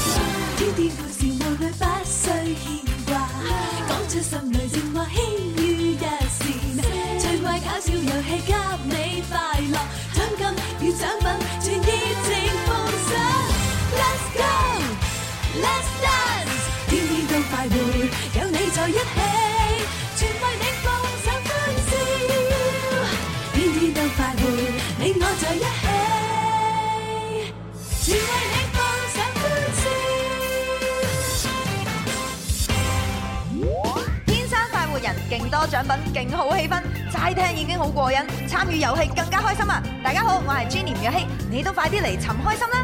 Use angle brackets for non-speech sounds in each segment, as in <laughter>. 天天歡笑，無慮不需牽掛，講出心裏情話，輕於一線。趣味搞笑遊戲給你快樂，獎金與獎品全熱情奉上。Let's go，Let's dance，天天都快活，有你在一起，全為你放上歡笑。天天都快活，你我在一起。全為你放上歡笑。天生快活人，勁多獎品，勁好氣氛，齋聽已經好過癮，參與遊戲更加開心啊！大家好，我係 Jenny 吳若希，你都快啲嚟尋開心啦！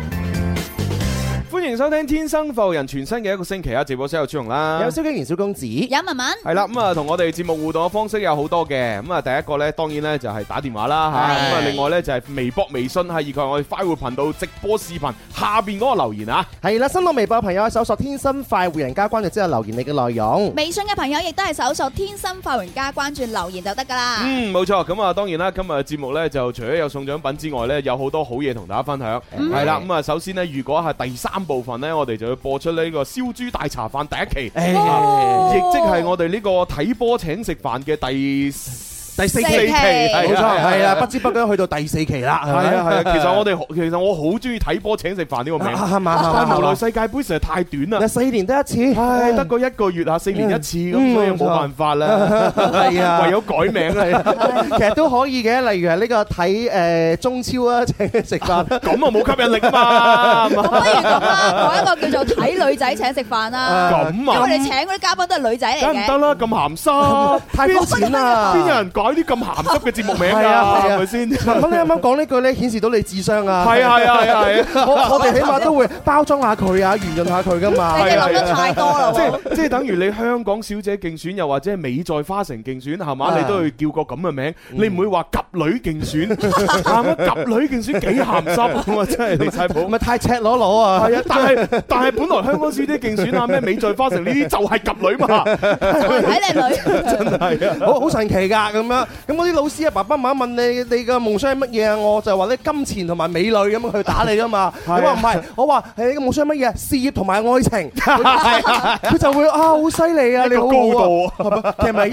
歡迎收聽《天生浮人》全新嘅一個星期啊！直播室有朱紅啦，有蕭敬元、小公子，有文文，係啦，咁啊，同我哋節目互動嘅方式有好多嘅。咁啊，第一個咧，當然咧就係打電話啦嚇。咁啊，另外咧就係微博、微信係以及我哋快活頻道直播視頻下邊嗰個留言啊。係啦，新浪微博嘅朋友搜索天生快活人家，關注之後留言你嘅內容。微信嘅朋友亦都係搜索天生快活人家，關注留言就得 <laughs> 噶啦。嗯，冇錯。咁啊，當然啦，今日嘅節目咧就除咗有送獎品之外咧，有好多好嘢同大家分享。係啦，咁啊，首先呢，如果係第三部分咧，我哋就要播出呢個燒豬大茶飯第一期，哎啊亦即係我哋呢個睇波請食飯嘅第第四期，四期冇錯，係啦，不係知不覺去到第四期啦，係啊咪哎係啊，其實我哋好其實我好中意睇波請食飯呢個名，啊係嘛係嘛但係無係奈嘛世界盃實在太短啦嗱，。四年得一次，唉，得個一個月啊，四年一次咁，嗯所以冇錯冇辦法啦， <laughs> 係啊 <laughs> 唯有改名啦。係啊其實都可以嘅，例如係呢個睇誒中超啊， <laughs> 請食飯。咁啊冇吸引力啊嘛， <laughs> 咁不如咁啦，講一個叫做睇女仔請食飯啦。咁因為啊我，哋請嗰啲嘉賓都係女仔嚟梗唔得嘅。啦，咁鹹濕， <laughs> 太膚淺啦邊有人改啲咁鹹濕嘅節目名㗎？係啊 <laughs> 係啊係咪先？文文，你啱啱講呢句咧，顯示到你智商啊。係啊係啊係啊係啊！我我哋起碼都會包裝下佢啊，圓潤下佢噶嘛。你哋啊諗得太 <laughs> 多啦即喎。係即係等於你香港小姐競選，又或者係美在花城競選，係嘛？啊你都會叫個咁嘅名，你唔會話及女競 <laughs> 選，係嘛？及女競選幾鹹濕咁啊！真係你太 <laughs> 唔譜。係太赤裸裸啊！係啊，但係但係本來香港小姐競選啊，咩美在花城呢啲就係及 <laughs> 女嘛，睇靚女， <laughs> 真係啊！好好神奇㗎咁樣，咁嗰啲老師啊，爸爸媽媽問你你嘅夢想係乜嘢啊？我就話咧金錢同埋美女咁樣去打你㗎嘛。<laughs> 你係啊話唔係，我話誒你嘅夢想 <laughs> 係乜嘢啊？事業同埋愛情，佢就會啊好犀利啊！一個你好高度好啊，係咪其實咪一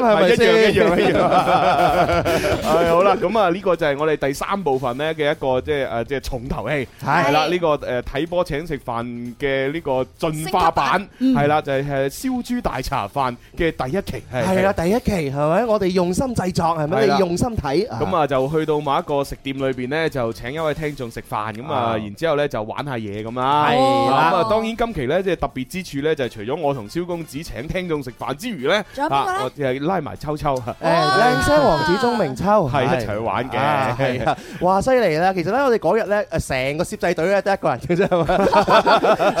<laughs> 係咪一樣先？一樣一樣， <laughs> 係好啦，咁啊呢個就係我哋第三部分咧嘅一個即係誒即係重頭戲，係係啦呢個誒睇波請食飯嘅呢個進化版，嗯係啦就係誒燒豬大茶飯嘅第一期，係啦，。第一期係咪？我哋用心製作係咪？係啦你用心睇咁啊，就去到某一個食店裏邊呢，就請一位聽眾食飯咁啊，啊然之後呢就玩下嘢咁啦。係啦咁啊，當然今期呢，即係特別之處呢，就係除咗我同蕭公子請聽眾食飯之餘呢，仲有邊個呢啊我係拉埋秋秋。誒靚聲王子鐘明秋係一齊去玩嘅啊係啊，哇犀利啦！其實咧，我哋嗰日咧誒成個攝製隊咧得一個人嘅啫係 嘛，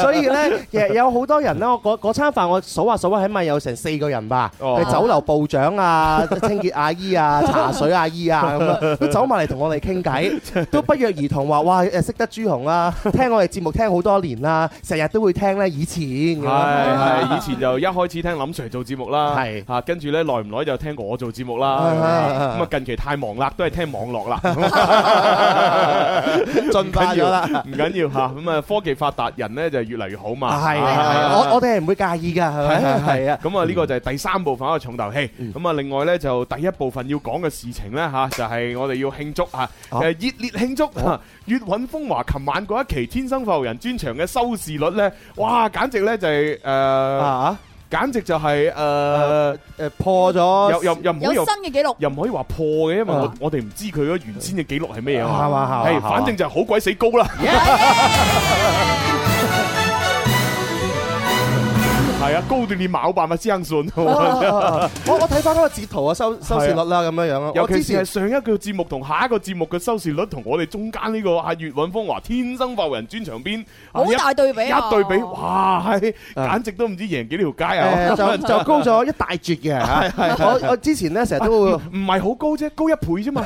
<laughs> 所以咧其實有好多人咧，我嗰嗰餐飯我數下數下，起碼有成四個人吧，哦係酒樓部長啊、清潔阿 <laughs> 姨啊、茶水阿姨啊咁樣都走埋嚟同我哋 <laughs> 傾偈，都不約而同話哇誒識得朱紅啦，聽我哋節目聽好多年啦，成日都會聽咧以前咁樣。係係，以前就一開始聽林 Sir 做節目啦，係嚇，跟住咧耐唔耐就聽我做節目啦。係係係咁啊近期太忙啦，都係聽網絡啦， <laughs> 進化咗啦唔緊要，唔緊要嚇。咁啊科技發達，人咧就越嚟越好嘛。啊係係啊係，我我哋係唔會介意㗎，係咪？係啊。咁啊，呢個就係第三部分一個重頭戲。咁啊，另外呢，就第一部分要講嘅事情呢，吓，就係我哋要慶祝吓，誒熱烈慶祝嚇粵韻風華。琴晚嗰一期《天生浮人》專場嘅收視率呢，哇，簡直呢就係誒，啊！簡直就係誒，誒呃破咗又又又唔可以有又新嘅記錄。又唔可以話破嘅，因為我啊我哋唔知佢嗰原先嘅記錄係咩啊係嘛嘛，係嘛係係嘛反正就係好鬼死高啦。係啊，高到你冇辦法相 <laughs> 信。 <laughs> 我我睇翻嗰個截圖啊，收收視率啦咁樣樣啊。尤我其之是係前上一個節目同下一個節目嘅收視率，同我哋中間呢個啊粵韻風華天生發人專場邊，啊好大對比一啊一對比，哇，係啊簡直都唔知贏幾條街誒啊！<laughs> 呃就就高咗一大截嘅嚇。我我之前咧成日都會唔係好 <laughs> 高啫，高一倍啫嘛，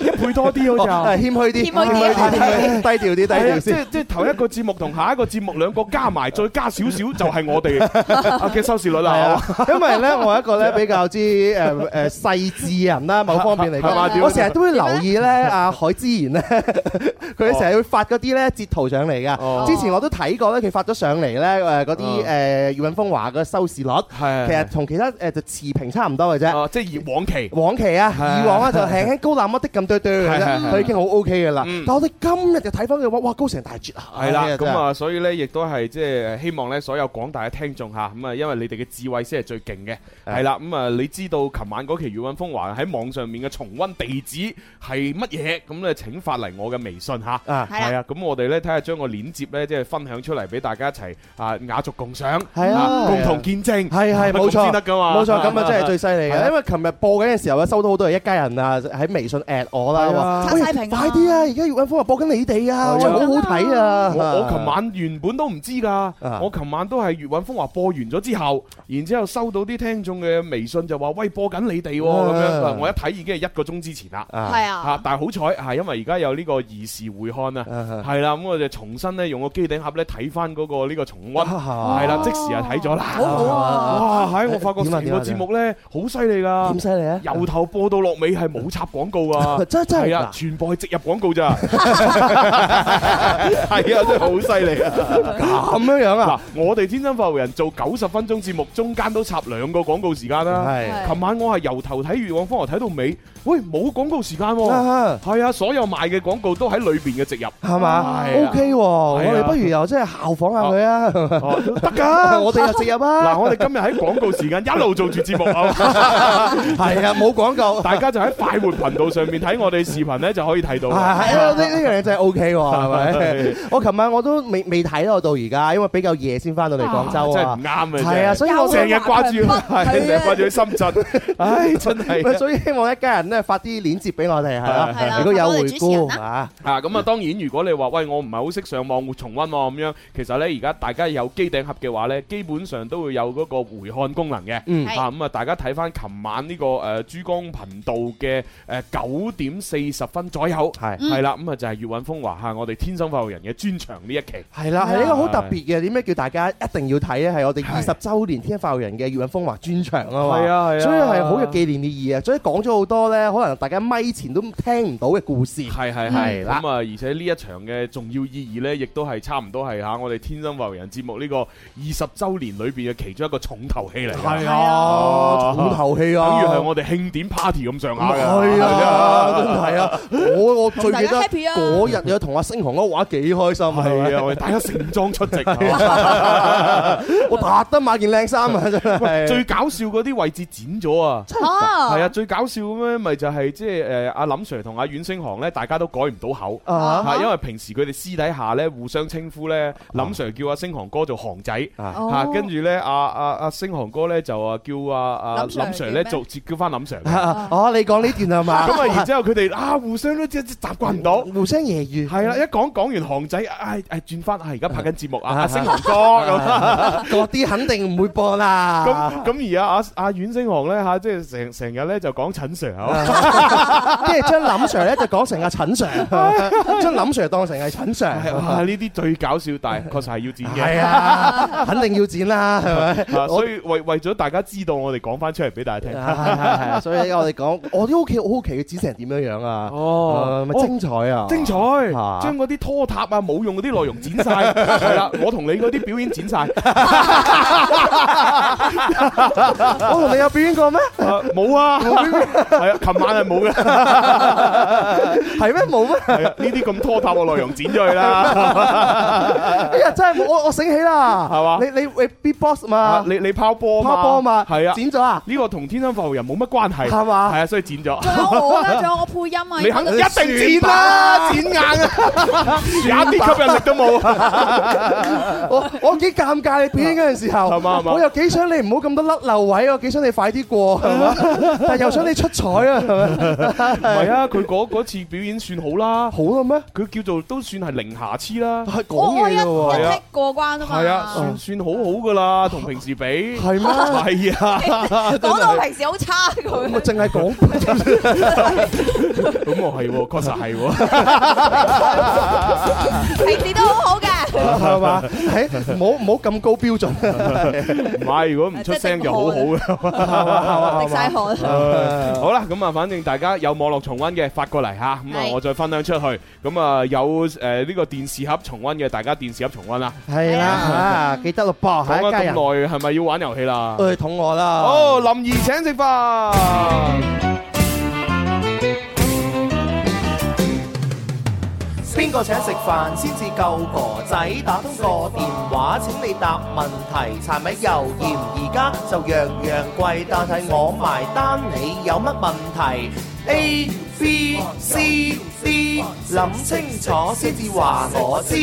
一倍多啲好哦係咋。謙虛啲，謙虛 <laughs> 啲啲，低調啲，低係啊調即先。係即係頭一個節目同下一個節目兩個加埋，再加少少就係我哋哋啊嘅收視率係啦，啊，因為咧我係一個咧比較之誒誒細緻嘅 <laughs> 人啦，某方面嚟係嘛講，點我成日都會留意咧阿海之言咧， <laughs> 佢成日會發嗰啲咧截圖上嚟哦㗎。之前我都睇過咧，佢發咗上嚟咧誒嗰啲誒《粵韻風華》嘅收視率，係其實同其他誒就持平差唔多嘅啫。啊，即係以往期往期啊，係以往啊就輕輕高那麼的咁多多嘅係係係啫，佢已經好 OK 嘅啦嗯。但我哋今日就睇翻佢話，哇高成大絕啊！係啦，真咁啊，所以咧亦都係即係希望咧所有廣大嘅聽眾嚇，咁啊，因為你哋嘅智慧先係最勁嘅，係啦，咁啊，你知道琴晚嗰期《語韻風華》喺網上面嘅重温地址係乜嘢？咁咧請發嚟我嘅微信嚇。啊係啦係啊，咁我哋咧睇下將個鏈接咧，即係分享出嚟俾大家一齊啊雅俗共賞，係啊係啊共同見證，係係冇咁啊錯先得噶嘛，冇錯，咁啊真係最犀利係啊嘅，因為琴日播緊嘅時候咧，收到好多人一家人啊喺微信 at 我啦，係啊話刷喂晒屏啊快啲啊！而家粵韻風話播緊你哋啊，喂係啊好好睇啊！我我琴晚原本都唔知㗎，啊我琴晚都係粵韻風華播完咗之後，然之後收到啲聽眾嘅微信就話：喂，播緊你哋喎咁啊樣。我一睇已經係一個鐘之前啦。啊係嚇啊！！但係好彩嚇，因為而家有呢個兒時回看啊，啊係啦，咁我就重新咧用個機頂盒咧睇翻嗰個呢個重温，啊係啦，即時啊睇咗啦。好好啊！哇！喺我發覺點啊成點個啊節目咧好犀利㗎咁，犀利啊！。由頭播到落尾係冇插廣告啊 <laughs> 真真係係啊㗎，全部係植入廣告 <laughs> 咋， <laughs> 係啊，真係好犀利啊！ <laughs> 咁樣樣嗱啊！，我哋天生發福人做九十分鐘節目，中間都插兩個廣告時間啦。係琴晚我係由頭睇《月光方河》睇到尾，喂，冇廣告時間喎。啊係啊，所有賣嘅廣告都喺裏邊嘅 <laughs> 植入，係嘛係啊？OK 喎，我哋不如又真係效仿下佢啊！哦得啊 <laughs> 㗎。我哋又植入啊！嗱， <laughs> 我哋今日喺廣告時間一路做住節目啊，係啊，冇廣 <laughs> 告。大家就喺快活頻道上面睇我哋視頻咧，就可以睇到 <laughs> 係啦。係啊，呢呢樣嘢真係 O K 喎，係 <laughs> 咪？我琴晚我都未未睇到到而家，因為比較夜先翻到嚟廣州真係啊唔。啱嘅。係啊，所以我成日掛住，佢係成日掛住去深圳，唉，真喂係 <laughs> 所以希望一家人咧發啲鏈接俾我哋係啊啦係啦，如果有回我哋主持人顧啊， <laughs> 啊！咁啊，當然如果你話喂，我唔係好識上網重温喎咁樣，其實呢，而家大家有機頂盒嘅話呢，基本上都會有嗰個回看功能嘅。嗯係啊咁啊，大家睇翻琴晚呢個誒珠江頻道嘅誒九點四十分左右，係嗯係啦，咁啊就係粵韻風華嚇我哋天生發育人嘅專場呢一期。係啦，係呢個好特別嘅，點解叫大家一定要睇咧？係我哋二十週年天發育人嘅粵韻風華專場啊嘛，係啊係啊所以係好有紀念意義啊！所以講咗好多咧，可能大家咪前都聽唔到嘅故事，係係係係啦咁啊！而且呢一場嘅重要意義呢，亦都係差唔多係嚇我哋天生發育人節目呢個二十週年裏邊嘅其中一個重頭戲嚟㗎。係啊，重頭戲啊，等於係我哋慶典 party 咁上下嘅，係啊，真係啊！我我最記同大得家 happy 啊嗰日有同阿星航嗰個玩幾開心啊！係啊，我哋大家盛裝 <laughs> 出席。我特登買件靚 <laughs> 衫啊，真係最搞笑嗰啲位置剪咗啊！哦，係啊，最搞笑咁樣咪就係即係誒阿林 Sir 同阿阮星航咧，大家都改唔到口。啊係因為平時佢哋私底下咧互相稱呼咧，林 Sir 叫阿星航哥做航仔，啊！哦嚇跟住咧阿阿阿星航哥咧就啊叫阿阿林 Sir 林 Sir 咧叫咩做叫翻林 Sir 嘅。哦，你講呢 <laughs> 段係嘛？咁啊，然之後佢哋啊互相都即係習慣唔到。互相揶揄係啦，一講講完航仔，唉唉轉翻，啊而家拍緊節目啊，啊 <laughs> 阿星航哥咁。嗰啲肯定唔會播啦。咁咁而家阿阿阮星航咧嚇，即係成成日咧就講陳 Sir 啊跟住將林 Sir 咧就講成阿陳 <laughs> Sir，將林 Sir 當成係陳 Sir。哇呢啲最搞笑，但係確實係要剪嘅。啊係 <laughs> 啊，肯定要剪啦，係咪？啊啊所以為為咗大家知道，我哋講翻出嚟俾大家聽。係係係係，所以我哋講，我啲屋企好好奇佢剪成點樣樣啊！哦誒咪精彩啊！精 <laughs> 彩，啊將嗰啲拖沓啊冇用嗰啲內容剪 <laughs> 晒，係啦，我同你嗰啲表演剪晒，啊我哦同你有表演過咩？冇啊，係啊，琴晚係冇嘅，係咩？冇咩？係啊，呢啲咁拖沓嘅內容剪咗佢啦， <laughs> 哎呀，真係冇，我我醒起啦，係嘛你你你 B-box 嘛啊，你你拋波嘛拋波嘛，係啊，剪咗啊，呢個同天生發育人冇乜關係，係嘛係啊，所以剪咗。仲有 <laughs> 我啦，仲有我配音啊，你肯而一家定剪啦，剪硬啊， <laughs> 有一啲吸引力都啊冇。我我幾尷尬你表演嗰陣時候，係嘛係嘛我又幾想你唔好咁多甩漏位，我幾想你快啲過，係嘛？ <laughs> 但係又想你出彩啊，係咪？唔係啊，佢嗰嗰次表演算好啦，好啦咩？佢叫做都算係零瑕疵啦。係我講我一一嘢咯喎，剔過關啊嘛，係啊，算算好好噶啦，同平時比係咩？係啊，講到我平時好差 <laughs> 佢咪。淨係講咁我係喎，確實係喎。平時都好好嘅。 <laughs> <laughs> 係嘛？誒，唔好唔好咁高標準，唔係，如果唔出聲就好好嘅。滴晒汗。好啦，咁啊，反正大家有網絡重温嘅發過嚟吓，咁啊係我再分享出去。咁啊有誒呢個電視盒重温嘅，大家電視盒重温啦。係啦，啊，記得咯噃，講係咗一家咁人，耐，係咪要玩遊戲啦？誒，肚餓啦，哦，林怡請食飯。 <laughs> 邊個請食飯先至夠哥仔？打通個電話請你答問題，柴米油鹽而家就樣樣貴，但係我埋單，你有乜問題？A B C D，諗清楚先至話我知。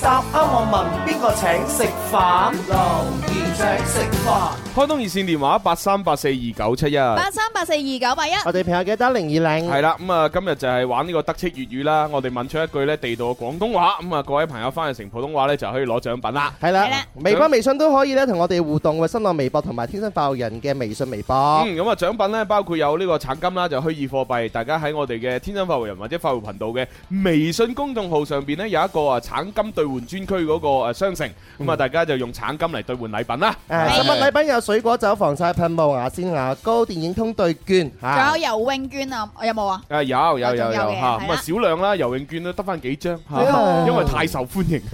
答啱我問邊個請食飯？留言請食飯。開通熱線電話八三八四二九七一。八三八四二九八一，我哋朋友記得零二零係，啦，咁啊，今日就係玩呢個德式粵語啦。我哋問出一句咧地道嘅廣東話，咁啊，各位朋友翻譯成普通話咧就可以攞獎品啦。係係啦啦，微博、微信都可以咧同我哋互動嘅，新浪微博同埋天生發育人嘅微信、微博。嗯，咁啊，獎品咧包括有呢個橙金啦，就虛擬貨幣。大家喺我哋嘅天生發育人或者發育頻道嘅微信公眾號上邊咧，有一個啊橙金兑換專區嗰個誒商城，咁啊，大家就用橙金嚟兌換禮品啦。誒，實物禮品有水果酒、防曬噴霧、牙線牙膏、電影通對券嚇仲。有游泳券啊，有冇啊？啊有有啊有仲有有嚇，嘅係咁啊啦少量啦，游泳券都得翻幾張哎嚇，呀因為太受歡迎， <laughs>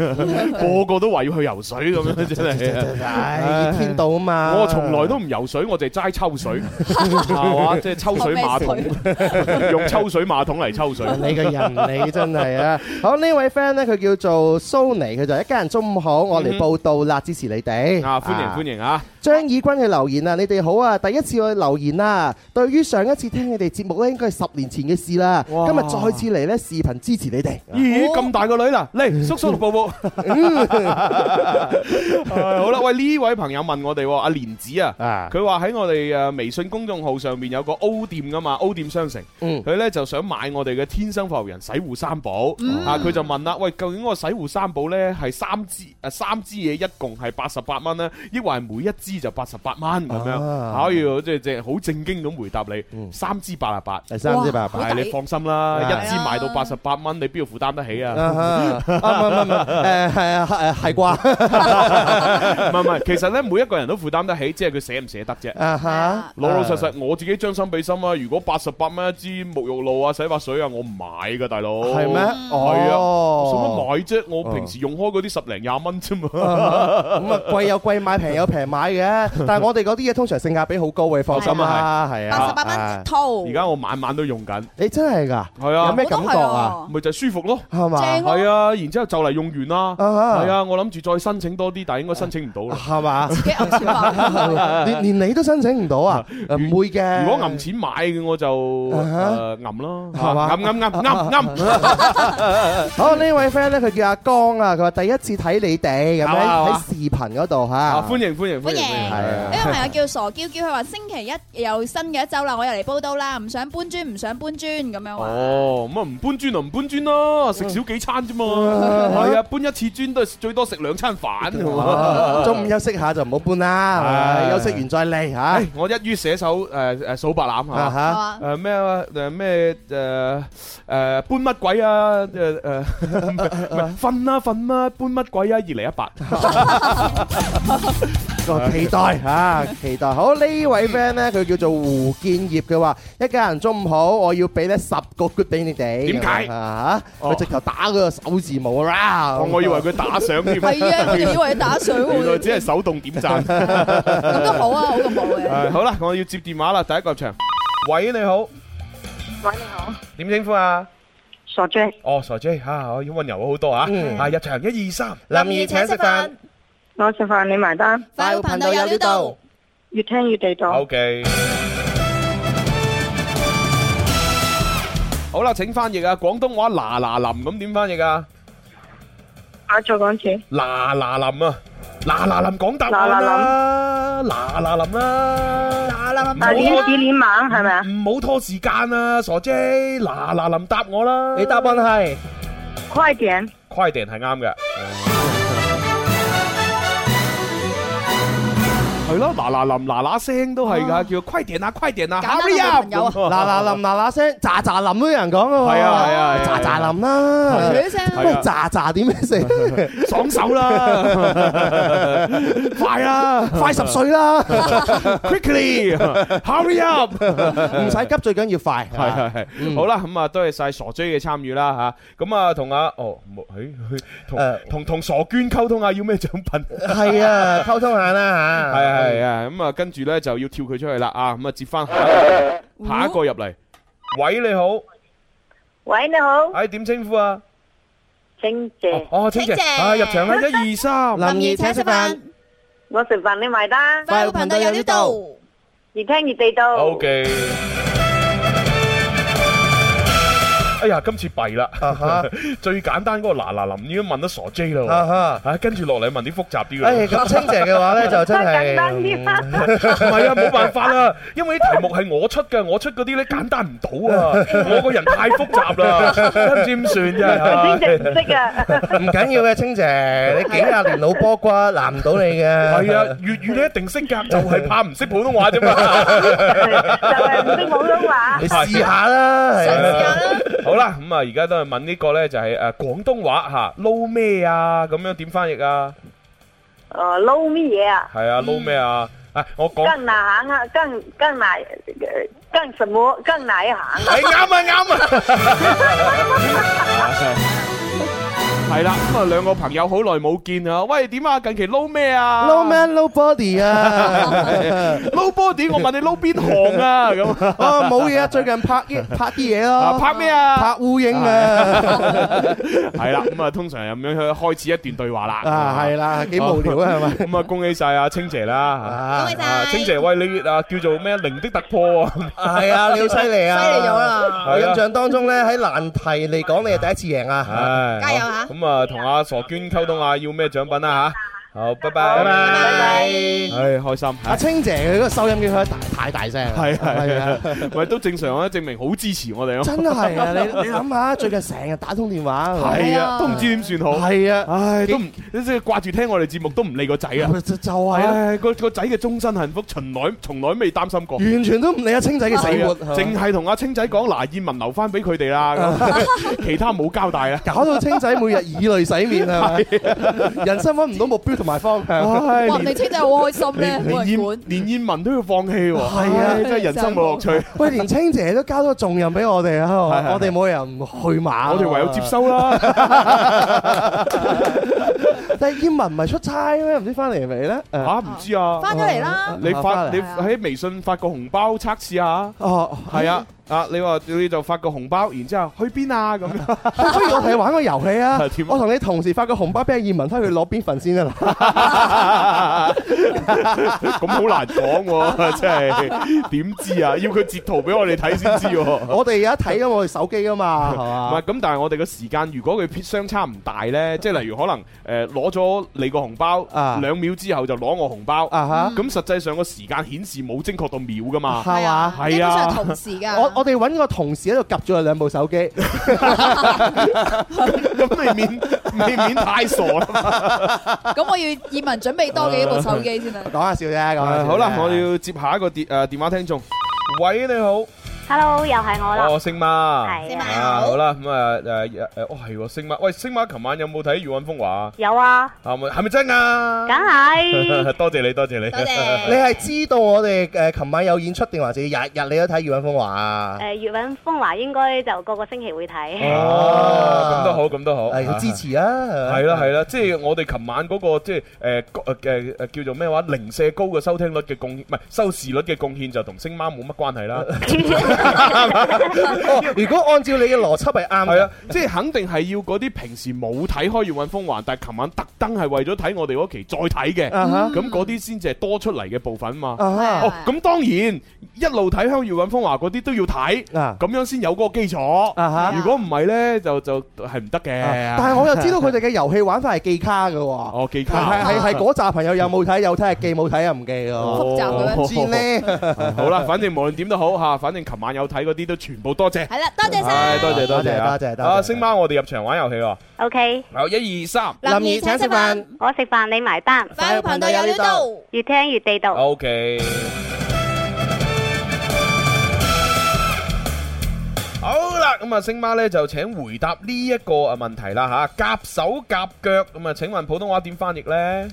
個個都話要去游水咁樣真係。唉，熱天到啊嘛！我從來都唔游水，我哋齋抽水， <laughs> 係嘛？ <laughs> 即係抽水馬桶， <laughs> 用抽水馬桶嚟 <laughs> 抽水。你個人你真係啊！好呢位 friend 咧，佢叫做蘇尼，佢就一家人中午好，我嚟報道啦，支持你哋啊，歡迎歡迎！迎啊！張以軍嘅留言啊，你哋好啊，第一次我留言啊，對於上一次聽你哋節目咧，應該係十年前嘅事啦，今哇日再次嚟咧視頻支持你哋。咦，咁大個女啦， <laughs> 嚟叔叔同布布。唉好啦，喂呢位朋友問我哋喎阿蓮子啊。啊，佢話喺我哋誒微信公眾號上面有個 O 店噶嘛，O 店商城，嗯佢呢就想買我哋嘅天生浮人洗護三寶，嗯啊佢就問啦，喂，究竟我洗護三寶呢係三支誒三支嘢一共係八十八蚊呢？抑或係每一支就八十八蚊咁樣？啊哎呀，即係即係好正經咁回答你，三支八十八。第三支吧，哇係你放心啦，係啊一支賣到八十八蚊，你邊度負擔得起 <laughs> 啊？啊哈啊唔係唔係唔係，誒係啊誒係啩唔係唔係，其實呢，每一個人都負擔得起，即係佢捨唔捨得啫。啊哈。老老實實，我自己將心比心啊！如果八十八蚊一支沐浴露啊、洗髮水啊，我唔買噶，大佬。係咩？？係啊使乜哦，買啫？我平時用開嗰啲十零廿蚊啫嘛。咁啊貴有貴買，平有平買嘅。但係我哋嗰啲嘢通常性價比好高嘅，放心啦，係啊。八十八 à. 蚊一套，而家我晚晚都用緊，你真係㗎？係有啊，咩感覺啊？咪就係舒服咯。係嘛？正係啊，然之後就嚟用完啦。啊係啊，我諗住再申請多啲，但係應該申請唔到啦。係嘛？幾牛錢話，連連你都申請唔到啊？誒唔會嘅。如果揞錢買嘅，我就誒揞咯，啊係嘛啊揞揞揞揞 <laughs> 揞。好呢位 Ờ, friend 咧，佢叫阿江啊，佢話第一次睇你哋係咁 à, 樣嘛係喺嘛視頻嗰度啊嚇，。歡迎歡迎歡歡迎歡迎迎！係啊呢個朋友叫傻嬌嬌，佢話星 <laughs> 期一有新嘅一周啦，我又嚟報到啦，唔想搬磚，唔想搬磚咁樣話。哦，咁啊唔搬磚就唔搬磚啦，食少幾餐啫嘛。係啊，搬一次磚都係最多食兩餐飯㗎嘛。 <laughs> 哦 Ờ, 中午休息下就唔好搬啦，係咪係休息完再嚟嚇唉，。我一於寫首誒誒數白欖啊嚇。係嚇，嘛誒咩啊誒咩誒誒搬乜鬼啊誒誒唔係唔係瞓啦瞓啦搬乜鬼啊二零一八個啊期待嚇，期待。好呢嗯位 friend 咧，佢叫做胡建業，佢話一家人中午好，我要俾咧十個 good 俾你哋。點解啊嚇？哦佢直頭打嗰個手字母啊啦。哦我以為佢打賞添，係啊，我哋以為打賞原來喎，只係啊手動點贊。咁都好啊，好過冇嘅。誒好啦，我要接電話啦，第一個入場。喂，你好，喂，你好，點稱呼啊？傻 J，哦，傻 J 嚇，我要温柔好多啊！嗯啊，入場一二三。林怡請食飯，我食飯你埋單，快活頻道有料到，越聽越地道。 OK。好啦，請翻譯啊！廣東話嗱嗱淋咁點翻譯啊？我再講次，嗱嗱淋啊！嗱嗱淋講答案啦！嗱嗱淋啦！嗱啊嗱呢淋，唔好啲你猛係咪啊？拖唔好拖時間啊，傻 J！嗱嗱淋答我啦！你答案係。嗯快點，快定係啱嘅。 <laughs> 係咯，嗱嗱臨嗱嗱聲都係㗎，叫快點啊，快點啊簡單啊，hurry up！朋友啊咁嗱嗱冧嗱嗱聲，喳喳冧都有人講噶喎。係啊係啊係啊喳喳冧啦。佢聲係啊啊喂，喳喳點樣食？爽手 <laughs> 啦，快啦快十歲啦， ，quickly，hurry up！唔使急，最緊要快。係係係，好啦，咁啊，多謝晒傻 J 嘅參與啦吓，咁啊，同阿哦，冇，誒，佢同誒同同傻娟溝通下要咩獎品。係啊，溝通下啦嚇。係係啊，咁啊，跟住咧就要跳佢出去啦啊，咁啊，接翻下一個入嚟。喂，你好，喂，你好，哎，點稱呼啊？清嗯姐，哦，清姐，清姐啊，入場啦，一二三，林怡請食飯，，我食飯你埋單，快活頻道有料到，哦越聽越地道。 O K。哎呀，今次弊啦！ <laughs> 最簡單嗰個嗱嗱臨已經問得傻 J 啊啦哈。喎，啊跟住落嚟問啲複雜 <laughs> 啲嘅誒，咁清姐嘅話咧就真 <laughs> 簡單係。啲 <laughs> 啦， <laughs> 唔係啊，冇辦法啦，因為啲題目係我出嘅，我出嗰啲咧簡單唔到 <laughs> 啊，我個人太複雜啦，都唔知點算清姐唔啫。識啊， <laughs> 唔緊要嘅，清姐，你幾廿年老波骨，難唔到你嘅。係啊，粵語咧一定識㗎，就係怕唔識普通話啫 <laughs> 嘛。 <laughs> 就係唔識普通話你。試下啦，係想啊試下啦。好啦，咁啊，而家都係問呢個咧，就係誒廣東話嚇撈咩啊？咁樣點翻譯啊？哦，撈乜嘢啊？係啊，撈咩啊？啊，我講，更哪行啊？更更哪？更什麼？更哪一行？係啱啊， <laughs> 啱啊。係啦，咁啊，兩個朋友好耐冇見啊，喂，點啊？近期撈咩啊？ <laughs> No man, no body 啊！ <laughs> 撈 body，我問你撈邊行啊？ <laughs> 咁哦，冇嘢啊，最近拍啲拍啲嘢啊，咯，拍咩啊？拍烏蠅啊， <laughs> 係啦，咁啊，通常係咁樣去開始一段對話啦。 <laughs> 啊係啦，幾無聊啊，係咪？咁啊，恭喜晒阿清姐啦！啊恭喜啊，À, 晒清姐，喂，你啊叫做咩零的突破啊？係啊，你好犀利啊！犀利咗！啦，我印象當中咧，喺難題嚟講，你係第一次贏啊！唉，加油好啊咁啊，同阿傻娟溝通下要咩獎品啦吓。好，拜拜，拜拜拜唉，開心。阿清姐佢嗰個收音機開得太太大聲，係係啊，啊，喂，都正常啊，證明好支持我哋咯。真係啊！你你諗下，最近成日打通電話，係係啊，啊都唔知點算好。係啊，唉，都唔即係掛住聽我哋節目，都唔理個仔啊。就就係啊，唉，個個仔嘅終身幸福，從來從來未擔心過。完全都唔理阿啊清仔嘅死 à? 活，淨係啊同阿清仔講嗱，燕文留翻俾佢哋啦，咁其他冇交代啊。搞到清仔每日以淚洗面啊！ <laughs> 人生揾唔到目標同埋方向，唉哇！你連清真係好開心 <laughs> 咧，連冇人管燕。連燕文都要放棄喎，係啊唉真係人生冇樂趣。喂，連清姐都交咗重任俾我哋啊！係係我哋冇人去馬，我哋唯有接。收啦。 <laughs> 但係英文唔係出差咩？唔知翻嚟未咧？誒吓，唔知啊？翻咗嚟啦，你啊發返嚟你喺微信發個紅包測試下。哦，係啊，啊你話你就發個紅包，然之後去邊啊咁 <laughs> 樣。不如我哋玩個遊戲啊 <laughs> 係！點啊我同你同時發個紅包俾阿葉文，睇佢攞邊份先 <laughs> 啊！咁好難講喎，真係點知啊？要佢截圖俾我哋睇先知喎。我哋而家睇緊我哋手機噶嘛，係唔嘛係？咁，但係我哋嘅時間，如果佢相差唔大 <laughs> 呢，即係例如可能誒攞咗你個紅包，啊兩秒之後就攞我紅包，啊哈咁實際上個時間顯示冇精確到秒噶嘛。係嘛？係啊基本上係同時㗎。我我哋揾個同事喺度及咗佢兩部 <laughs> 手機，咁未免 <laughs> 未免太傻啊啦。咁我要葉文準備多幾部手機先啊！講下笑啫，講下笑啫。好啦，我要接下一個電誒電話聽眾。喂，你好， Hello，又係我啦，哦，星媽。係星媽啊，啊，好啦，咁啊誒誒，哦係喎，星媽，喂，星媽，琴晚有冇睇《雨韻風華》啊？有啊，係咪係咪真啊梗？ <laughs> 係多謝你，多謝你。多 <laughs> 謝你係知道我哋誒琴晚有演出定還是日日你都睇《月影風華》啊？誒粵韻風華應該就個個星期會 <laughs> 睇，哦，啊咁都好，咁都好。係要支持啊！係啦係啦，即係我哋琴晚嗰個即係誒誒誒叫做咩話零舍高嘅收聽率嘅貢獻，唔係收視率嘅貢獻就同星媽冇乜關係 <laughs> 啦。哦 <laughs> 如果按照你嘅邏輯係啱係嘅啊，，即係肯定係要嗰啲平時冇睇開《粵韻風雲》，但係琴晚特登係為咗睇我哋嗰期再睇嘅，啊哈咁嗰啲先至係多出嚟嘅部分嘛。啊哈哦，咁當然一路睇香《粵韻風華》嗰啲都要睇，啊咁樣先有嗰個基礎。啊哈如果唔係呢，就就係唔得嘅。啊但係我又知道佢哋嘅遊戲玩法係記卡嘅喎。我記卡係係係哦嗰扎朋友有冇睇有睇係記冇睇又唔記嘅喎。複雜嘅 <laughs> 咩唔知咧，啊好啦，反正無論點都好嚇，反正琴晚晚有睇嗰啲都全部多謝。系啦，多謝唉，晒。多謝多謝啊多謝多謝多謝啊，星媽，我哋入場玩遊戲喎。 <laughs> OK，好，一二三林怡請食飯，我食飯你埋單，快活頻道有料到。越聽越地道。 ，OK。好啦，咁啊，星媽呢就請回答呢一個啊問題啦吓，夾手夾腳咁啊，請問普通話點翻譯呢？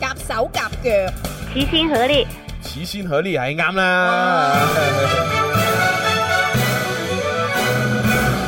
夾手夾腳，此先合力，此先可呢係啱啦。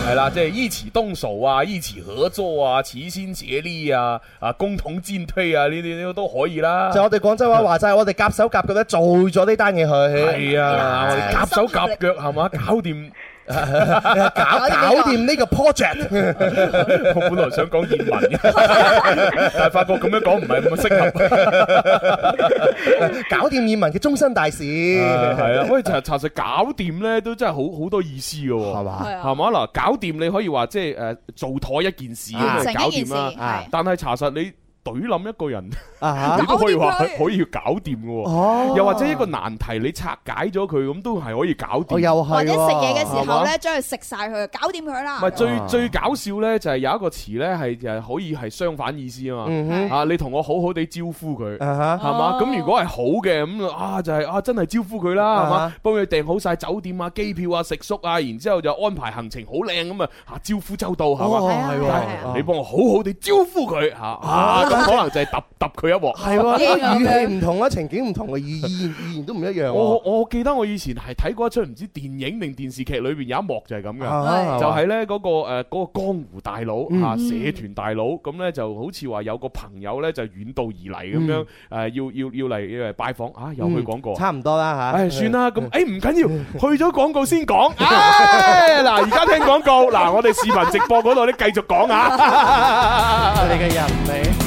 係啦，即係依詞動手啊，依詞合作啊，齊心協力啊，啊共同進退啊，呢啲都可以啦。就我哋廣州話話齋，我哋夾手夾腳咧做咗呢單嘢佢，係啊，我哋夾手夾腳係 <laughs> 嘛，搞掂。搞搞掂呢個 project， <laughs> 我本來想講燕文嘅， <laughs> 但係發覺咁樣講唔係咁適合。搞掂移民嘅終身大事，係啊，喂，查查實搞掂咧，都真係好好多意思嘅喎。係嘛？係啊係嘛嗱，搞掂你可以話即係誒做妥一件事啊咁就完成搞一件掂事啦。啊係但係查實你懟冧一個人，啊 <laughs> 你都可以話搞掂佢可以搞掂嘅喎。哦又或者一個難題你拆解咗佢，咁都係可以搞我掂。哦又係或者食嘢嘅候，時啊候咧，將佢食晒佢，搞掂佢啦唔係。最啊最搞笑呢，就係有一個詞呢，係係可以係相反意思啊嘛。嗯啊，你同我好好地招呼佢。哼，啊係嘛？哦咁如果係好嘅咁啊，就係啊，真係招呼佢啦，係啊嘛哈？幫佢訂好晒酒店啊、機票啊、食宿啊，然之後就安排行程好靚咁啊，啊招呼周到係啊哦嘛？係係喎係喎，你幫我好好地招呼佢嚇啊，咁可能就係揼揼佢一鑊。係喎，呢個驚啊語氣唔同啊，情景唔同嘅意意意言都唔一樣我喎。我記得我以前係睇過一出唔知電影定電視劇裏邊有一幕就係咁嘅。啊就係呢嗰個誒嗰個江湖大佬嗯嚇社團大佬，咁呢就好似話有個朋友呢就遠道而嚟咁樣誒，要要要嚟要嚟拜訪啊，又去廣告啊。差唔多啦嚇。唉，算啦，咁誒唔緊要，去咗廣告先講。唉，嗱，而家聽廣告， <laughs> 嗱，我哋視頻直播嗰度咧繼續講 <laughs> 啊。你嘅人嚟。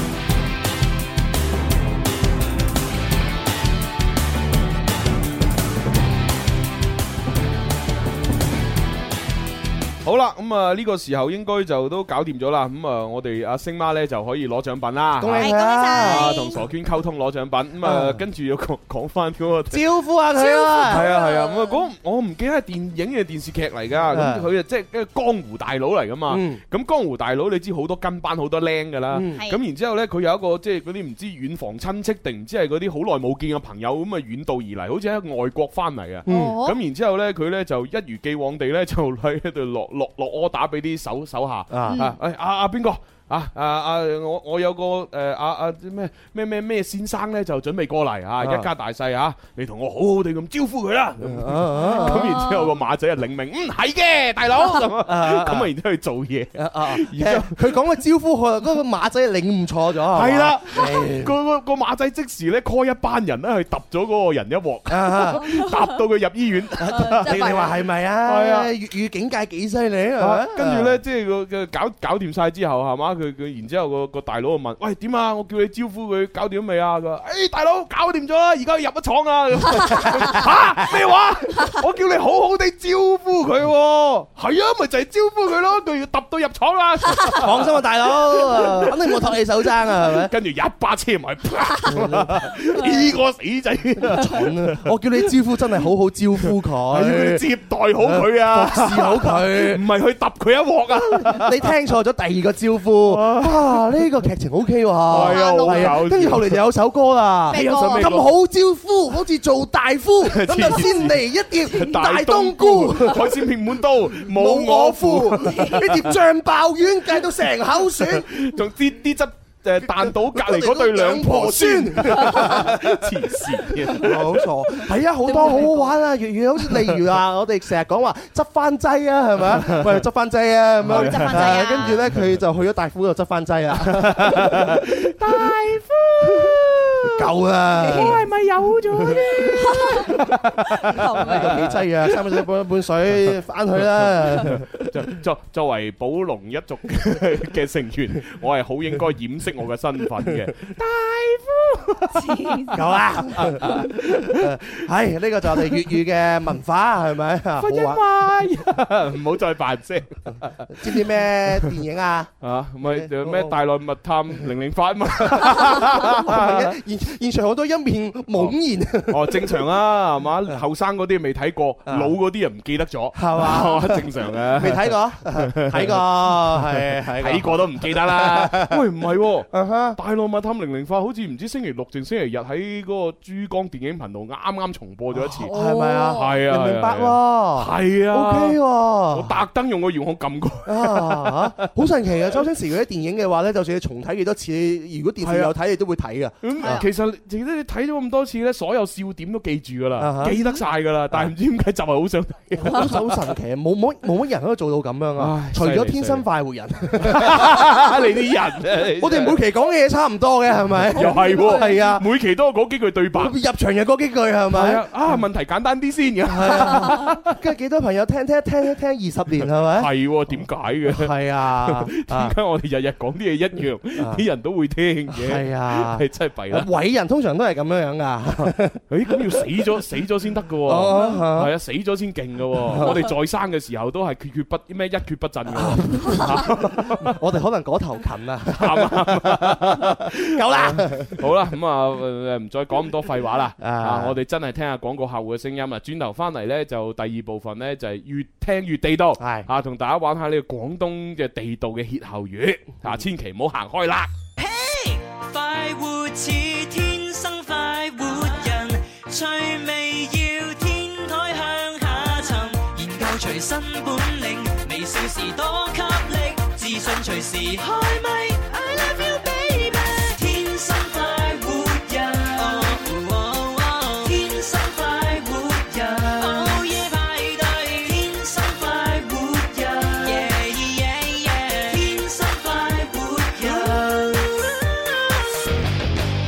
好啦，咁啊呢個時候應該就都搞掂咗啦。咁啊，我哋阿星媽咧就可以攞獎品啦。恭喜係佢啊！恭啊，喜晒同傻娟溝通攞獎品。咁啊啊，跟住要講 <laughs> 講翻嗰個。招呼下佢啊！係啊係啊，咁啊嗰我唔記得係電影嘅電視劇嚟㗎，咁啊佢啊即係一個江湖大佬嚟㗎嘛。嗯咁江湖大佬你知好多跟班好多僆㗎啦。嗯係咁然之後呢，佢有一個即係嗰啲唔知遠房親戚定唔知係嗰啲好耐冇見嘅朋友咁啊遠道而嚟，好似喺外國翻嚟嘅。嗯哦咁然之後呢，佢呢就一如既往地呢，就喺度落落落 order 俾啲手手下啊啊，哎啊啊邊個？啊啊啊！我我有個誒啊啊咩咩咩咩先生呢，就準備過嚟啊，啊一家大細啊，你同我好好地咁招呼佢啦。咁啊咁然之後個馬仔就領命，嗯係嘅，大佬咁啊，啊咁啊然之後去做嘢。啊啊！佢講嘅招呼，佢嗰個馬仔領悟錯咗。係啦，係個個個馬仔即時咧 call 一班人咧去揼咗嗰個人一鑊，啊！揼到佢入醫院。你你 à. 話係咪啊？係啊粵語境界幾犀利啊啊！跟住咧，即係個個搞搞掂晒之後係嘛？佢佢然之後個個大佬就問：喂點啊？我叫你招呼佢搞掂咗未啊？佢話：誒大佬搞掂咗啦，而家入咗廠啦。 <laughs> 咁嚇咩話？我叫你好好地招呼佢喎。係啊，咪就係招呼佢咯。佢要揼到入廠啦。放心啊，大佬，啊肯定冇托你手踭啊，係 <laughs> 咪？跟住一巴車埋， <laughs> 啪呢個死仔蠢啊！我叫你招呼真係好好招呼係要你佢，接待好佢啊！服侍好佢。唔係去揼佢一鑊啊！你聽錯咗第二個招呼啊！呢個劇情 O K 係喎，啊好搞笑跟住後嚟就有首歌啦。咩歌啊咩咁好招呼，好似做大夫，咁就先嚟一碟大冬菇，海鮮片滿刀，冇冇我我夫，褲，呢碟醬爆丸計到成口水，仲啲啲汁誒 <laughs> 彈到隔離嗰對兩婆孫， <laughs> 黐線冇錯，係啊，好多好好 <laughs> 玩啊！粵語好似例如啊，我哋成日講話執番劑啊，係 <laughs> 咪啊？喂，執番劑啊，咁樣執番劑 <laughs> 啊跟住咧，佢就去咗大夫嗰度執番劑啊，大夫， <laughs> 夠啦，咪有咗啫？ <laughs> 咁幾劑啊，三分水半一半水，翻去啦。 <laughs> 作作作為寶龍一族嘅 <laughs> 嘅成員，我係好應該掩飾我嘅身份 <laughs> 嘅。有啊，係呢個就係我哋粵語嘅文化係咪 <laughs> 啊？好玩，為 <laughs> 唔好再扮聲知唔知咩電 <laughs> 影啊？哦 <laughs> 啊！咪就咩大內密探零零發嘛，而現現場好多一面懵 <laughs> 然，<laughs> 哦，正常啦，係嘛？後生嗰啲未睇過，啊老嗰啲又唔記得咗，係嘛係 <laughs> 嘛正常啊嘅。未 <laughs> 睇過，睇過， <laughs> 係睇睇過過，都唔記得啦。 <laughs> 喂，唔係喎。嗯哼大浪漫探零零化好似唔知星期六定星期日喺嗰個珠江電影頻道啱啱重播咗一次，係係咪啊？啊，明係明白啊喎係啊，OK 我喎。特登用個遙控撳 <laughs> 過，啊，好神奇啊！周星馳嗰啲電影嘅話咧，就算你重睇幾多次，你如果電視啊有睇，你都會睇噶。咁啊嗯其實其實你睇咗咁多次咧，所有笑點都記住噶啊啦，哈記得晒噶啦，但係唔知點解就係好想睇。 <laughs> 好好神奇啊！冇冇冇乜人可以做到咁樣啊唉！除犀咗利天生快活人，你啲人， <laughs> 我哋每期講嘅嘢差唔多嘅，係咪？又係喎係啊！每期都有嗰幾句對白，入場又嗰幾句係咪？係啊，啊問題簡單啲先嘅，係啊，跟住幾多朋友聽聽聽聽聽二十年係咪？係喎點解嘅？係啊， <laughs> 點解我哋日日講啲嘢一樣，啊啲人都會聽嘅？係啊係，真係弊啦！偉人通常都係咁樣樣噶。 <laughs> 誒咁要死咗死咗先得嘅喎。哦啊係啊，死咗先勁嘅喎！我哋在生嘅時候都係決決不咩一蹶不振嘅喎，啊啊我哋可能嗰頭近 <laughs> 啊，啱啊夠 <laughs> 啦。好啦，咁啊，呃唔再講咁多廢話啦。啊啊，我哋真係聽下廣告客户嘅聲音啊！轉頭翻嚟呢，就第二部分呢，就係越聽越地道，係啊，同大家玩下呢個廣東嘅地道嘅歇後語啊，千祈唔好行開啦。快活似天生快活人，趣味要天台向下沉，研究隨身本領，微笑時多給力，自信隨時開咪。I love you baby，天生快活人，哦哦天生快活人，午夜派對，天生快活人，yeah yeah yeah，天生快活人。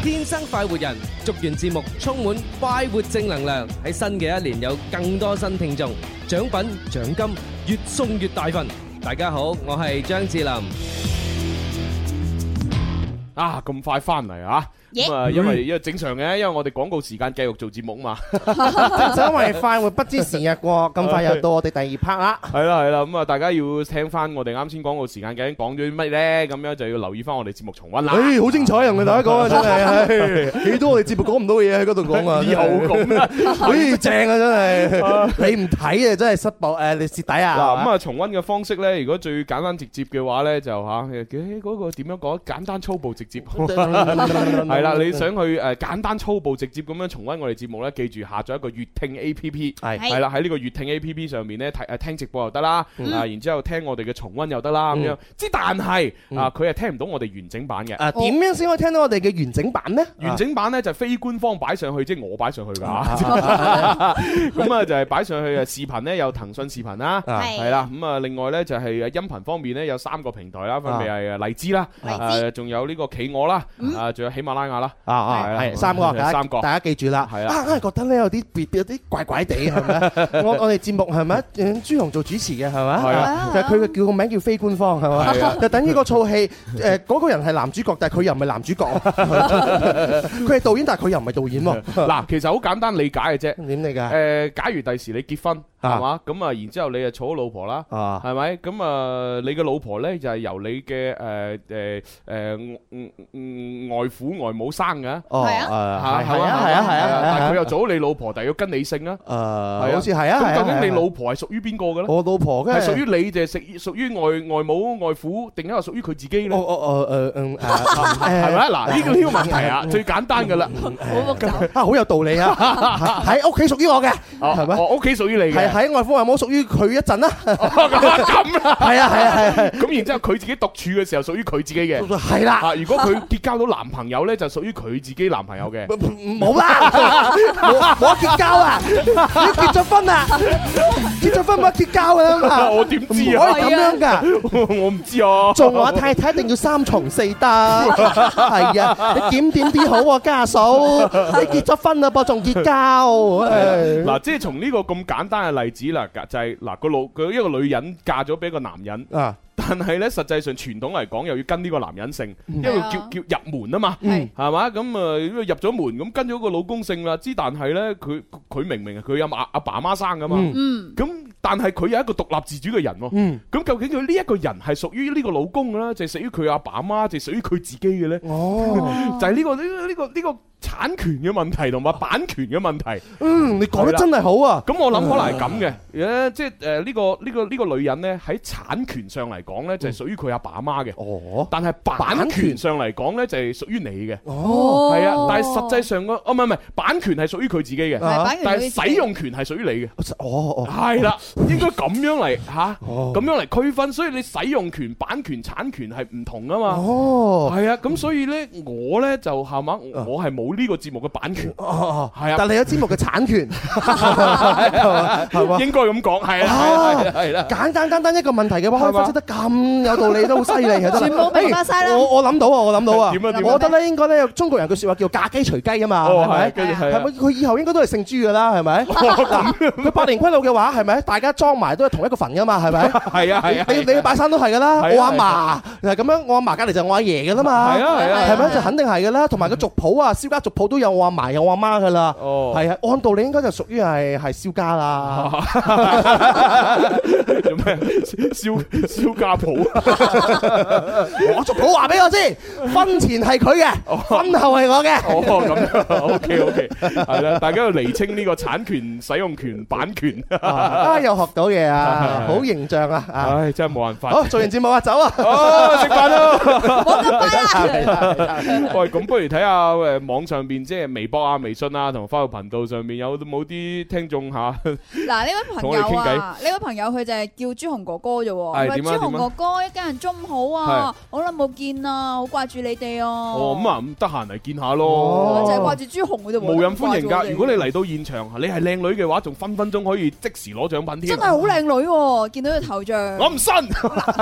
天生快活人，祝願節目充滿快活正能量，喺新嘅一年有更多新聽眾，獎品獎金越送越大份。大家好，我係張智霖。啊，咁快翻嚟啊！ Yeah 咁啊，因為因為正常嘅，因為我哋廣告時間繼續做節目嘛。就因為快活不知時日過，咁快又到我哋第二 part 啦。係啦係啦，咁啊，大家要聽翻我哋啱先廣告時間究竟講咗啲乜呢？咁樣就要留意翻我哋節目重溫啦。哎誒， <laughs> 好精彩啊！同大家講啊，真 <laughs> 係唉，幾多我哋節目講唔到嘅嘢喺嗰度講 <laughs> 啊，又咁啦誒，正啊，真 <laughs> 係，你唔睇啊，真係失望誒，你蝕底啊！嗱咁啊，重温嘅方式咧，如果最簡單直接嘅話咧，就嚇誒嗰個點樣講？簡單粗暴直接啊 <laughs> 係啦，你想去誒簡單粗暴直接咁樣重温我哋節目咧，記住下載一個粵聽 A P P。係嗯係啦，喺呢個粵聽 A P P 上面咧，睇誒聽直播又得啦，啊，然之後聽我哋嘅重温又得啦，咁樣。之但係啊，佢係聽唔到我哋完整版嘅，嗯啊，點樣先可以聽到我哋嘅完整版呢？完整版咧就非官方擺上去，即係我擺上去㗎。 <laughs> 啊咁啊就係擺上去嘅視頻咧，有騰訊視頻啦。啊係係啦，咁啊，另外咧就係誒音頻方面咧有三個平台啦，分別係呃啊誒荔枝啦，荔枝誒仲有呢個企鵝啦，嗯啊仲有喜馬拉雅啦，啊啊，係係三個，係大家 <laughs> 三個大家記住啦。係啊啊，硬係覺得咧有啲別有啲 <laughs> 怪怪地係咪？我我哋節目係咪？嗯朱紅做主持嘅係係咪？啊就係佢嘅叫個名叫非官方係係啊咪？ <laughs> 就等於個套戲誒嗰個人係男主角，但係佢又唔係男 <laughs> 主角，佢係導演，但係佢又唔係導演喎。嗱，其實好簡單理解嘅啫。點嚟㗎？誒，假如第時你結婚啊係嘛，咁啊，然之後你就娶咗老婆啦。啊，係咪？咁啊，你嘅老婆呢，就係由你嘅誒誒誒嗯嗯外父外母生嘅，哦，誒係係啊嚇係啊係啊係啊，但係佢係啊又做咗你老婆，但係要跟你姓啊。誒，好似係啊。係咁啊究竟係啊你老婆係屬於邊個嘅呢？我老婆梗係屬於你定係屬屬於外外母外父，定係屬於佢自己呢？我我我誒 <laughs> 嗯誒誒係咪啊？嗱，呢個呢個問題啊，嗯最簡單噶啦。好複雜，啊，好有 <laughs> 道理啊！喺屋企屬於我嘅，哦係咪？我屋企屬於你係嘅。喺外父外母屬於佢一陣啦。哦 <laughs> 咁啦。係啊，係啊，係啊咁然之後佢自己獨處嘅時候屬於佢自己嘅。係啊，係啦，啊，如果佢結交到男朋友咧，就屬於佢自己男朋友嘅。冇啦，冇冇得結交啦，你結咗婚啦，結咗婚冇得結交㗎啦嘛， <laughs> 我點唔可以知啊？咁樣㗎。 <laughs> 我唔知啊。做我太太一定要三從四德，係啊！你檢點啲好喎，<laughs> 家嫂，你結咗婚啦噃，仲結交，唉嗱，即係啊從呢個咁簡單嘅例子啦，就係嗱個老佢一個女人嫁咗俾一個男人，啊！但係咧實際上傳統嚟講又要跟呢個男人姓，嗯因為叫係叫入門啊嘛。係係嘛？咁啊，因為入咗門，咁跟咗個老公姓啦。之但係呢，佢佢明明係佢阿媽阿爸媽生噶嘛。嗯嗯咁、但係佢有一個獨立自主嘅人喎。嗯咁究竟佢呢一個人係屬於呢個老 <laughs> 公嘅咧，就係屬於佢阿爸媽，就係屬於佢自己嘅呢？哦，就係呢、個呢、呢個呢、個產權嘅問題同 <laughs> 埋版權嘅問題。嗯，你講係得啦真係好啊！咁我諗可能係咁嘅， <laughs> 誒，即係誒呢個呢個呢個女人呢，喺產權上嚟講嗯呢，就係屬於佢阿爸阿媽嘅。哦，但係版權上嚟講呢，就係屬於你嘅。哦係啊，但係實際上個哦唔係唔係版權係屬於佢自己嘅，係版權但屬於自己係使用權係屬於你嘅。哦哦，係啦，應該咁樣嚟吓，咁樣嚟區分，所以你使用權、版權、產權係唔同啊嘛。哦，啊係啊，咁所以呢，我呢就係嘛，我係冇呢個節目嘅版權。哦，係啊但你有節目嘅產 <laughs> 權，係嘛？應該咁講，係啊，係啊啊係啦。簡簡單單一個問題嘅話，可以分析得咁有道理，都好犀利啊！真係全部明白晒啦哎我我諗到啊，我諗到啊！點啊點啊我覺得咧，應該咧，中國人句説話叫嫁雞隨雞啊嘛，哦係咪？係跟住係啊係咪？佢以後應該都係姓朱噶啦，係咪？咁 <laughs> 佢百年歸老嘅話，係咪？大家裝埋都係同一個墳噶嘛，係咪？係啊係啊，你你拜山都係噶啦，係啊我阿嫲就係咁樣，我阿嫲隔離就我阿爺噶啦嘛，係啊係啊係咪就肯定係噶啦？同埋個族譜啊，蕭家族譜都有我阿嫲有我阿媽噶啦，哦係啊，按道理應該就屬於係係蕭家啦，做咩？燒燒家譜啊！我族譜話 <laughs> 俾我知，婚前係佢嘅，婚後係我嘅，哦，咁樣 OK OK，係啦，大家要釐清呢個產權、使用權、版權。啊又學到 <laughs> 嘢啊，好形象啊啊！唉，真係冇辦法。好，做完節目啊，走 <laughs> 啊！哦，食飯啦！嚟啦嚟啦嚟啦 <laughs> 喂，咁不如睇下誒網上邊即係微博啊、微信啊，同埋花育頻道上面有冇啲聽眾嚇？嗱，呢位朋同友我哋傾偈啊，呢位朋友佢就係叫朱紅哥哥啫係喎，佢點啊話朱紅哥哥一家人中午好係啊，好耐冇見啊，好掛住你哋啊。哦，咁啊，咁得閒嚟見下哦我就係咯掛。住朱紅嘅啫喎，無任歡迎掛住我㗎！哋如果你嚟到現場，你係靚女嘅話，仲分分鐘可以即時攞獎品添真。係好靚女喎，見到佢頭 <laughs> 像，我唔信。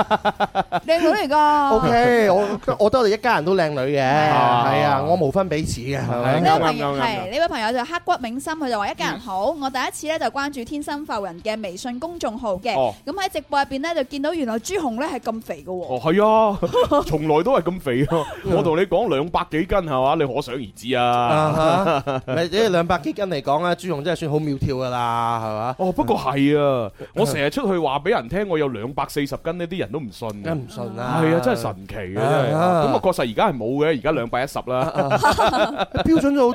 靚女 <laughs> 嚟㗎。 O K，我我覺得我哋一家人都靚女嘅，啊係啊，我無分彼此嘅，係係？咪呢位朋友啱啱啱係呢位朋友就刻骨銘心，佢就話一家人好。我第一次咧就關注天生浮人嘅微信公眾號嘅，哦咁喺直播入邊咧就見到原來朱紅咧係咁肥嘅喎。哦，係啊，從來都係咁肥啊！我同你講兩百幾斤係嘛，你可想而知啊。啊哈！ <laughs> 咪即係兩百幾斤嚟講咧，啊朱紅真係算好苗條噶啦，係嘛？哦，不過係啊，我成日出去話俾人聽，我有兩百四十斤呢啲人都唔信嘅。梗唔信啦，係啊，真係神奇嘅真係。嗯啊咁啊，確實而家係冇嘅，而家兩百一十啦，啊 <laughs> 標準咗好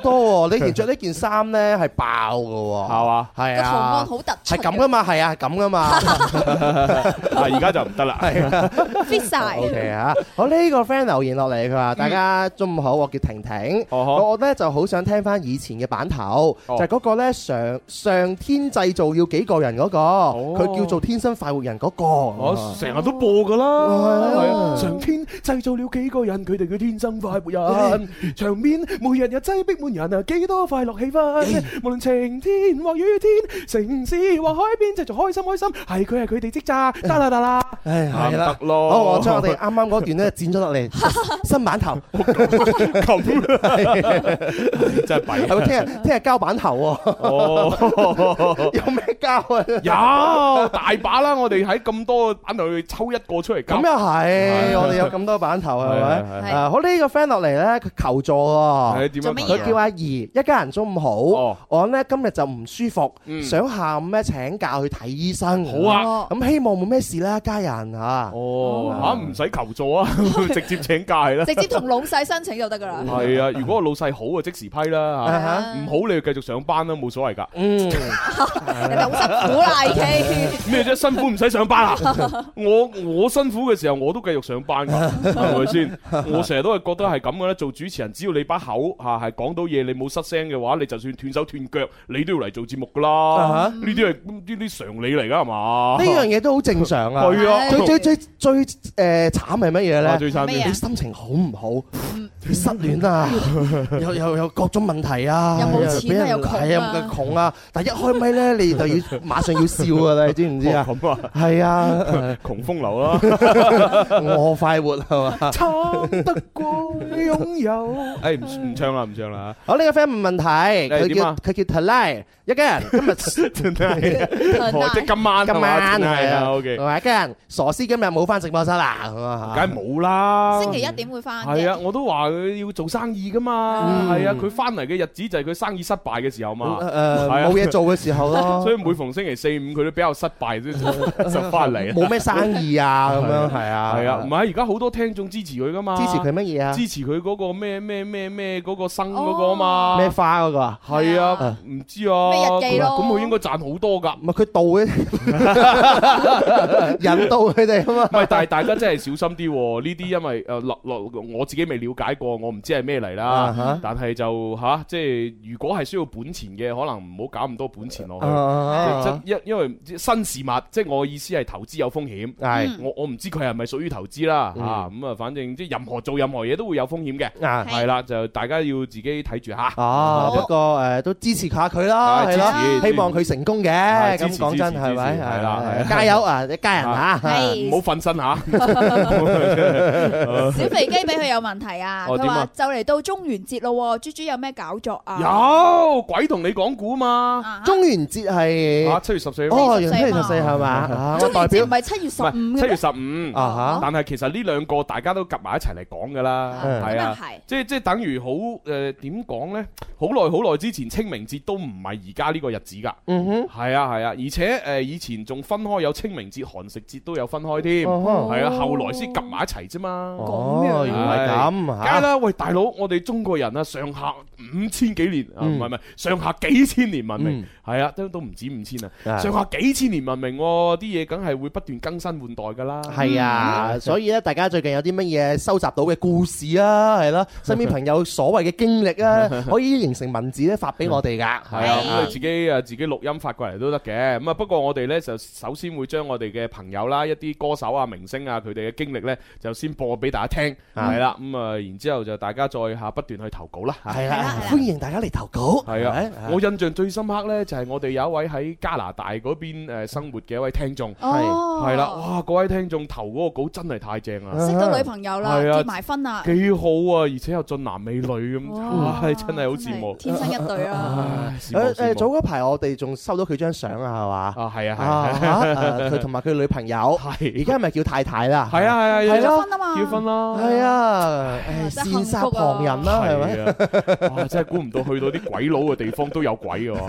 <laughs> 多喎！你以前着呢件衫咧係爆噶喎，係嘛？係個圖案啊，好突出，係咁噶嘛，係啊，係咁噶 <laughs> 嘛，啊，而家就唔得啦。係啊。 fit 晒。 O K 啊，我呢個 friend 留言落嚟，佢話：大家中午好，我叫婷婷，嗯哦呵我咧就好想聽翻以前嘅版頭，哦就係嗰個咧上上天製造要幾個人嗰個，哦佢叫做天生快活人嗰我個。啊成日都播噶啦，係啊哦係啊！上天製造了幾個人，佢哋叫天生快活人。場面每日日擠逼滿人啊，幾多快樂氣氛。無論晴天或雨天，城市或海邊，製造開心開心，係佢係佢哋職責。得啦得啦，唉，係啦唔得，咯好，我將我哋啱啱嗰段咧剪咗落嚟， <laughs> 新版頭，咁真係啊係咪聽日聽日交版頭 <laughs> 喎？哦。有咩交啊？有大把啦！我哋喺咁多版度去抽一個出嚟搞咁又係，係我哋有咁多版頭係咪？係係係啊，好呢個 friend 落嚟咧，佢求助喎。係點樣做乜嘢啊佢叫阿怡，一家人中午哦好。我呢今日就唔舒服，嗯想下午咧請假去睇醫生。好啊哦咁希望冇咩事啦，家人啊嚇。哦，嚇唔使求助 <laughs> 啊，直接請假係啦。直接同老細申請就得㗎 <laughs> 啦。係啊，如果個老細好啊，即時批 <laughs> 啦啊嚇。哈唔好你就繼續上班啦，冇所謂㗎。嗯，哦人哋好辛苦 <laughs> 啦，已經。咩啫？辛苦唔使上班 <laughs> 啊！我我辛苦嘅時候我都繼續上班㗎，係咪先？我成日都係覺得係咁嘅咧。做主持人，只要你把口嚇係講到嘢，你冇失聲嘅話，你就算斷手斷腳，你都要嚟做節目㗎啦。啊呢啲係呢啲常理嚟㗎係嘛？呢樣嘢都好正 <laughs> 常啊。係啊最最最最誒慘係乜嘢啊呢？最慘咩啊你心情好唔好？嗯你失戀啊，又又有各種問題啊，又冇錢啊俾人又窮啊係啊，又窮啊！但一開咪呢，你就要馬上要笑㗎 <laughs> 啦，你知唔知啊？咁啊，<laughs> 係啊，窮風流啦。我快活係嘛？撐得過擁有。誒唔唔唱啦，唔唱啦好，呢個 friend 問問題，係佢點叫啊佢叫 t a l a 一家 <laughs> 人今日真係，哦即係今晚今晚係係啊啊，OK，係咪一家人傻師今日冇翻直播室啦，咁梗啊嚇係冇啦。星期一點會翻係 dạ. 啊，嘅。我都話佢要做生意噶嗯嘛，係啊，佢翻嚟嘅日子就係佢生意失敗嘅時候嘛，誒係啊冇嘢做嘅時候咯 <laughs> 所，以每逢星期四五佢都比較失敗，所以 <laughs> 就就翻嚟啦。冇咩生意啊咁樣係啊，係啊，唔係而家好多聽眾支持佢噶嘛，支持佢乜嘢啊？支持佢嗰個咩咩咩咩嗰嗰個生嗰個啊嘛。咩花嗰個啊？係啊，唔知啊。咩日記咯咁佢應該賺好多㗎。唔係佢導 <laughs> 嘅，引導佢哋啊嘛。唔係，但係大家真係小心啲喎。呢啲因為誒落落我自己未了解過，我唔知係咩嚟啊啦哈。但係就吓，即係如果係需要本錢嘅，可能唔好搞咁多本錢落啊去。即因因為新事物，即係我意思係投資有風險。係嗯我我唔知佢係咪屬於投資啦嗯嚇。咁啊，反正即係任何做任何嘢都會有風險嘅。啊係啦，就大家要自己睇住嚇。啊，不過誒都支持下佢啦，係係咯支持，希望佢成功嘅。係支咁持講真支持係咪？支持係啦係啦加油啊！一家人嚇，係唔好瞓身嚇。小肥雞俾佢有問題 à. 啊！哦佢點啊話就嚟到中元節咯喎，豬豬有咩搞作 ờ. 啊？Dạ. À, 有鬼同你講古嘛？中元節係啊，七月十四。哦，原七月十四係嘛？啊我中代元節表唔係七月十五唔係嘅七咩月？十五啊但係其實呢兩個大家都夾埋一齊嚟講㗎啦，嗯係咁啊啊係，即係即係等於好誒點講呢？好耐好耐之前清明節都唔係而家呢個日子㗎，嗯哼。係啊係啊，而且誒以前仲分開有清明節、寒食節都有分開添，哦係啊，後來先夾埋一齊啫嘛。哦，原來咁梗係嚇。啦，喂，大佬，我哋中國人啊，上下五千幾年啊，唔嗯係唔係，上下幾千年文明嗯，係啊，都都唔止五千啊，係上下幾千年文明喎，啲嘢梗係會不斷更新換代㗎啦。係啊，所以咧，大家最近有啲乜嘢收集到嘅故事啊， <laughs> 係啦，身邊朋友所謂嘅經歷啊，可以形成文字咧發俾我哋㗎。 <laughs> 係啊，咁你自己啊自己錄音發過嚟都得嘅。咁啊，不過我哋呢，就首先會將我哋嘅朋友啦、一啲歌手啊、明星啊佢哋嘅經歷呢，就先播俾大家聽，係啦。咁啊，然之後就大家再下不斷去投稿啦。係啦，歡迎大家嚟投稿。係啊咪，我印象最深刻呢，就係我哋有一位喺加拿大嗰邊誒生活嘅一位聽眾，哦係啦，哇！嗰位聽眾投嗰個稿真係太正啦，識到女朋友啦，係啊結埋婚 à. 啦，幾好啊，而且又俊男美女咁，哇唉，真係好羨慕，天生一對啊！唉，羨慕誒誒，羨早慕嗰排我哋仲收到佢張相啊，係嘛？啊，係啊，係啊啊，嚇誒佢同埋佢女 <laughs> 朋友，係而家係咪叫太太啦？係啊，係啊，係咯結婚啊嘛，結婚啦，係啊，誒真係幸羨福煞啊旁人啦，係咪？係啊，哇！真係估唔到去到啲鬼佬嘅地方都有鬼嘅 <laughs> 喎，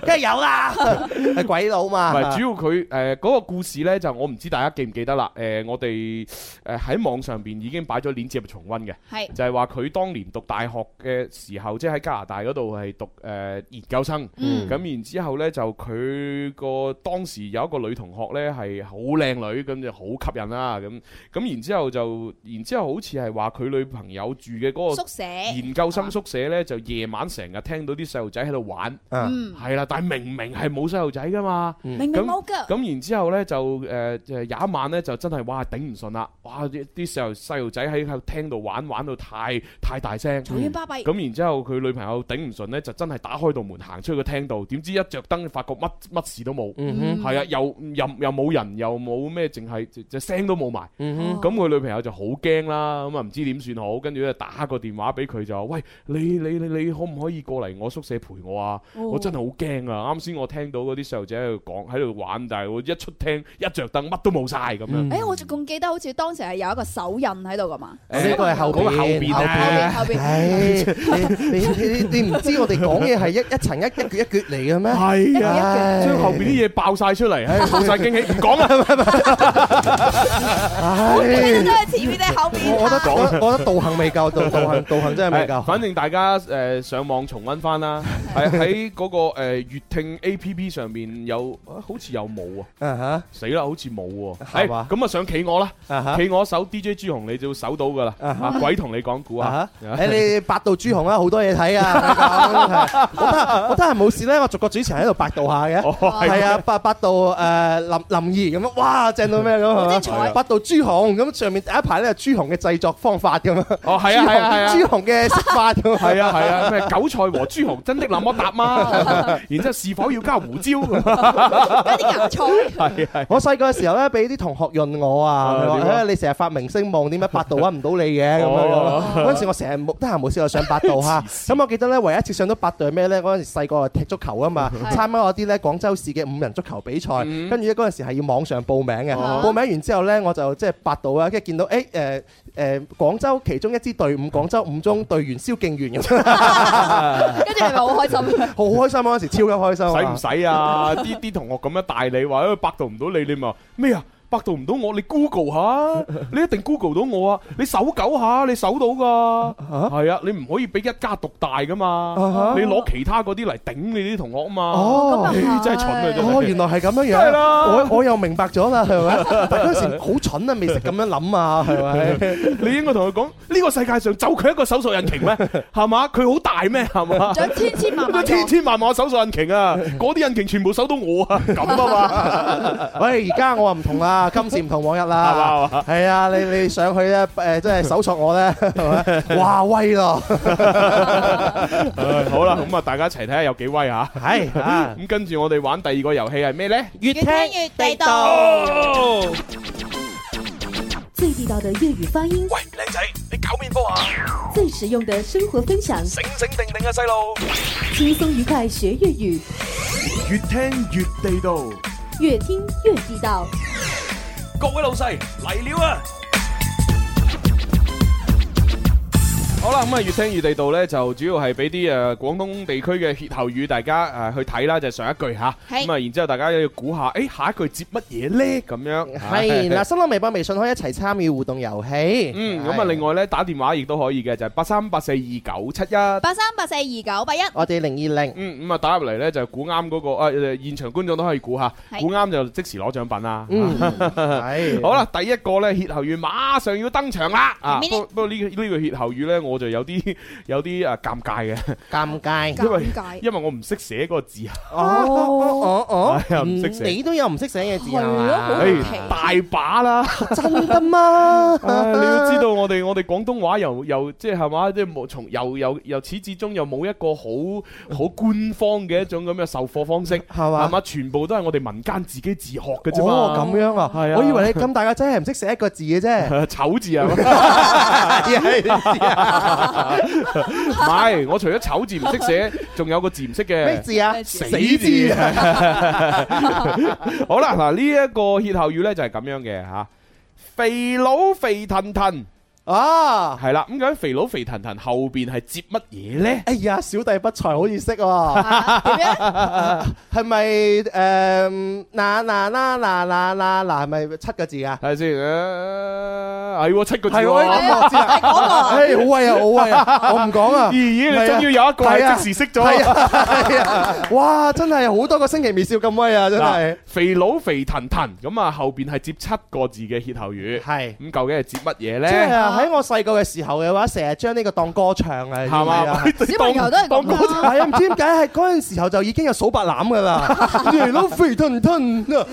梗係 <laughs> 有啦，係鬼佬唔嘛。係主要佢誒嗰個故事呢，就我唔知大家記唔記得啦。誒，我哋誒喺網上邊已經擺咗鏈接重温嘅，係就係話佢當年讀大學嘅時候，即係喺加拿大嗰度係讀誒研究生，嗯咁然之後呢，就佢個當時有一個女同學呢，係好靚女，咁就好吸引啦，咁咁然之後就，然之後好似係話佢女朋友住嘅嗰個宿舍，研究生宿舍呢，就夜晚成日聽到啲細路仔喺度玩，啊嗯，係啦，但係明明係冇細路仔噶嘛，明明冇㗎，咁然之後呢，就誒誒有一晚呢，就真係哇頂唔順啦，哇啲啲細路細路仔喺度廳度玩玩到太太大聲，嘈冤巴閉，咁然之後佢女朋友頂唔順呢，就真係打開道門行出去個廳度，點知一着燈發覺乜乜事都冇，嗯係啊又又又冇人又冇咩，淨係隻隻聲都冇埋。哼，嗯哼，咁佢女朋友就好驚啦，咁啊唔知點算好，跟住咧打個電話俾佢就話：喂，你你你你可唔可以過嚟我宿舍陪我啊？我真係好驚啊！啱先我聽到嗰啲細路仔喺度講喺度玩，但係我一出廳一着凳乜都冇晒咁樣。誒，我仲記得好似當時係有一個手印喺度㗎嘛，誒呢個係後嗰個後邊，邊後邊啊 <laughs> 後邊。唉，你你你你唔知我哋講嘢係一一層一一橛一橛嚟嘅咩？係啊，唉將後邊啲嘢爆晒出嚟，唉，冇晒驚喜，唔講啦。唉記得都係前面定後面嗯我覺得啊？我覺得道行未夠，<laughs> 道道行道行真 <laughs> 係未係夠。反正大家誒上網重温翻啦， <laughs> 係喺嗰個誒粵聽 A P P 上面有，啊好似有冇啊？啊哈死啦，好似冇喎。係嘛係咁啊，上企鵝啦。啊哈企鵝手 DJ 朱紅，你就搜到噶啦。啊鬼同你講古啊啊！哈！誒你百度朱紅啊，好多嘢 <laughs> 睇啊！我得我得閒冇事咧，我逐個主持人喺度百度下嘅。哦係係啊，百百度誒林林怡咁樣，哇正到咩咁係嘛精彩百度朱紅咁上面第一排咧係朱紅嘅製作方法咁樣。哦，係啊，係啊，係啊。朱紅嘅食法咁。係啊係啊，咩韭菜和朱紅真的那麼搭 <laughs> 嗎？然之後是否要加胡椒？加啲芽菜，係係我細個嘅時候咧，俾啲同學潤我啊，啊佢點啊話：，誒你成日發明星夢，點解百度揾唔到你嘅咁樣樣哦啊？嗰陣時我成日冇得閒冇事就上百 <laughs> 度嚇。咁我記得咧，唯一一次上到百度係咩咧？嗰陣時細個係踢足球啊嘛，參加嗰啲咧廣州市嘅五人足球比賽，嗯跟住咧嗰陣時係要網上報名嘅。哦報名完之後咧，我就即係百度啊，跟住見到誒誒誒廣州其中一支隊伍，廣州五中隊員蕭敬元咁，跟住你咪好 <laughs> 開心。好開心啊！嗰陣時超級開心啊！哎使唔使啊？啲啲同學咁樣大你話，誒百度唔到你，你咪話咩啊？百度唔到我，你 Google 下，你一定 Google 到我啊！你搜狗下，你搜到噶，係啊，你唔可以俾一家獨大噶嘛啊哈，你攞其他嗰啲嚟頂你啲同學啊嘛，哦咁啊咦真係蠢啊真係哦，原來係咁樣梗係樣，啦我我又明白咗啦，係咪？ <laughs> 但嗰陣時好蠢啊，未識咁樣諗啊，係咪？ <laughs> 你應該同佢講，呢個世界上就佢一個搜索引擎 <laughs> 咩？係嘛？佢好大咩？係嘛？仲有千千萬萬個千千萬萬個搜索引擎啊！嗰啲引擎全部搜到我啊！咁 <laughs> 啊嘛。喂，而家我話唔同啦，今時唔同往日啦係嘛，係啊，你你上去咧，誒，即係搜索我咧， <laughs> 係咪？哇，威咯！唉好啦，咁啊，大家一齊睇下有幾威啊！ <laughs> 係啊咁跟住我哋玩第二個遊戲係咩呢？越聽越 <laughs> 地道。哦，最地道的粤语发音，喂，靚仔，你搞面波啊！最实用的生活分享，醒醒定定啊，細路！轻松愉快学粤语，越聽越地道，越听越地道。各位老細嚟了啊！好啦，咁啊，越聽越地道呢，就主要係俾啲誒廣東地區嘅歇後語大家誒、呃去睇啦，就係上一句嚇，係咁啊，然之後大家要估下，誒下一句接乜嘢呢？咁樣 <laughs> 係嗱，新浪微博、微信可以一齊參與互動遊戲。嗯，係咁啊，另外咧打電話亦都可以嘅，就係八三八四二九七一。八三八四二九八一，我哋零二零。嗯，咁啊打入嚟咧就估啱嗰個啊，誒現場觀眾都可以估下，係估啱就即時攞獎品啦。啊嗯，好係。啦，第一個咧歇後語馬上要登場啦！啊，咩不呢過不過呢個呢個歇後語咧，我就有啲 <laughs> 有啲啊尷尬嘅，尷尬。因為尷尬。因為我唔識寫嗰個字啊，哦哦 <laughs> 哦係啊哦，唔識寫你都有唔識寫嘅字係係咯好嘛？奇誒大把 <laughs> 啦。真㗎嘛？唉你要知道我哋我哋廣東話又又即係係嘛，即係冇從由由由始至終又冇一個好好官方嘅一種咁嘅授課方式，係嘛係嘛，全部都係我哋民間自己自學嘅啫哦，嘛。咁樣啊，係啊我以為你咁大個仔係唔識寫一個字嘅啫。誒 <laughs> 醜字啊， <laughs> 唔係我除咗醜字唔識寫，仲有個字唔識嘅。咩字啊？死字字啊！好啦，嗱呢一個歇後語呢就係咁樣嘅嚇，肥佬肥騰騰啊！係啦，咁究竟肥佬肥騰騰後邊係接乜嘢呢？哎呀，小弟不才，好似識喎，啊點樣？係咪誒嗱嗱嗱嗱嗱嗱嗱係咪七個字㗎？睇下先，誒係喎七個字係喎，喎。哎咁我知啦。唉，好威啊，好威啊！我唔講啊。咦咦，你係啊終於有一個係啊係即時識咗係啊。啊，係啊，哇！真係好多個星期未笑咁威啊，真係嗱，。肥佬肥騰騰咁啊，後邊係接七個字嘅歇後語，係咁究竟係接乜嘢即係咧？啊喺我細個嘅時候嘅話，成日將呢個當歌唱啊，係嘛？小朋友都係當咁當㗎係啊，唔知點解係嗰陣時候就已經有數白欖噶啦，你老肥騰騰啊，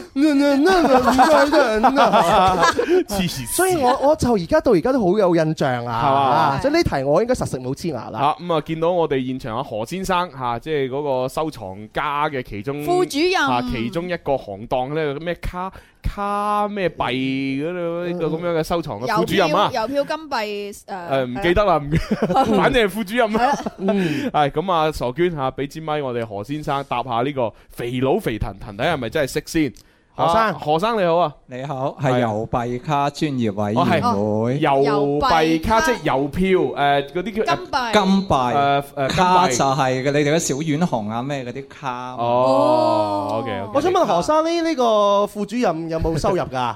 黐線。所以我我就而家到而家都好有印象啊，係嘛啊所以呢題我應該實食冇黐牙啦。啊咁啊，見到我哋現場阿何先生嚇，即係嗰個收藏家嘅其中副主任啊，其中一個行當咧咩卡卡咩幣嗰度呢個咁樣嘅收藏嘅副郵主任啊票、。郵票、金幣誒誒唔記得啦，唔記得 <laughs> 反正係副主任啦。嗯，係咁啊，傻娟嚇，俾支咪我哋何先生答下呢個肥佬肥騰騰，睇下係咪真係識先。何生啊何生你好啊，你好，係啊係郵幣卡專業委員會郵幣卡郵幣卡即係郵票誒嗰啲叫金幣、金幣誒誒金卡就幣。係嘅，你哋嘅小丸紅啊咩嗰啲卡，哦，OK，我想問何生呢呢個副主任有冇收入㗎？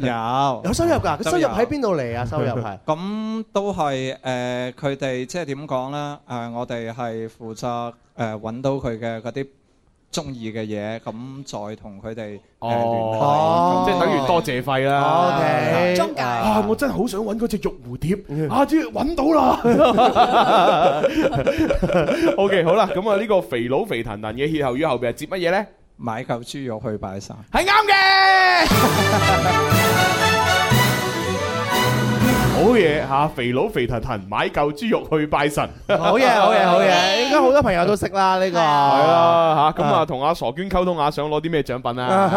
有有收入㗎，佢收入都有喺邊度嚟啊？收入係咁都係誒佢哋即係點講咧？誒我哋係負責誒揾到佢嘅嗰啲中意嘅嘢，咁再同佢哋誒聯繫，哦咁即係等於多謝費啦。 OK 嗯中介啊啊！我真係好想揾嗰隻玉蝴蝶，啊，終於揾到啦 <laughs> ！OK，好啦，咁啊，呢個肥佬肥騰騰嘅歇後語後邊係接乜嘢呢？買嚿豬肉去拜山。係啱 <laughs> 嘅。好嘢嚇！肥佬肥騰騰買嚿豬肉去拜神，好嘢，好嘢，好嘢！應該好多朋友都識啦呢個。係啊係啦嚇。咁啊，同阿傻娟溝通下，想攞啲咩獎品啊？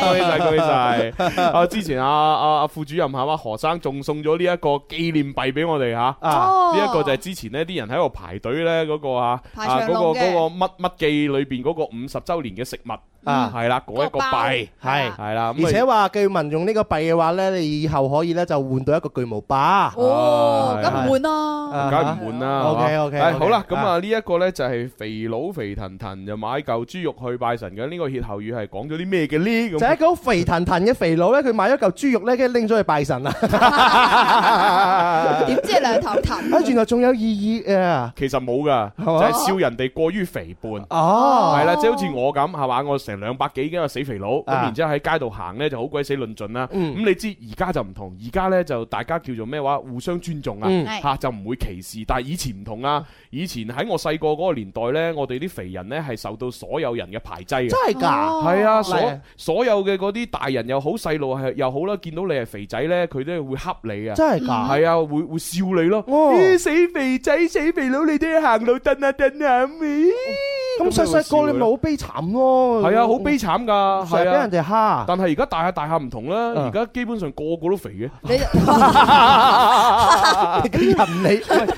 多謝晒，多謝晒！啊，之前阿阿阿副主任嚇嘛，何生仲送咗呢一個紀念幣俾我哋嚇。啊，哦呢一個就係之前呢啲人喺度排隊呢嗰個啊，排啊長嗰龍個嘅嗰個乜乜記裏邊嗰個五十週年嘅食物啊係啦，嗰一個個包幣係啊係啦，咁啊而且話據聞用呢個幣嘅話咧，你以後可以咧就換到一個巨無霸。啊哦，係咁唔換咯。啊梗係唔換啦。係嘛 OK，OK，OK，唉好啦，咁啊啊呢一個呢，就係肥佬肥騰騰就買嚿豬肉去拜神嘅，呢個歇後語係講咗啲咩嘅呢？就咁係一個好肥騰騰嘅肥佬咧，佢買咗嚿豬肉咧，跟住拎咗去 <laughs> 拜神啊啦。點知係兩頭騰？啊，原來仲有意義啊嘅。其實冇噶，就係嘛係笑人哋過於肥胖。哦係啦，即係好似我咁係嘛，我成兩百幾嘅一個死肥佬，咁啊然之後喺街度行呢就好鬼死論盡啦。嗯咁你知而家就唔同，而家呢就大家叫做咩話，互相尊重啊嗯，嚇就唔會歧視。但係以前唔同啊，以前喺我細個嗰個年代呢，我哋啲肥人呢係受到所有人嘅排擠嘅。真係㗎 <laughs> 哦係啊，所例如所有嘅嗰啲大人又好，細路係又好啦，見到你係肥仔呢，佢都係會恰你啊。真係㗎係啊，會會笑你咯。哦咦死肥仔、死肥佬，你都要行路啊蹬下蹬下咁咦咁細細個你咪好悲慘咯。係啊，好悲慘㗎，嗯係成日俾啊人啊哋 <laughs> 蝦但係而家大下大下唔同啦，而家基本上個個都肥 <laughs> 嘅。你啲人理啊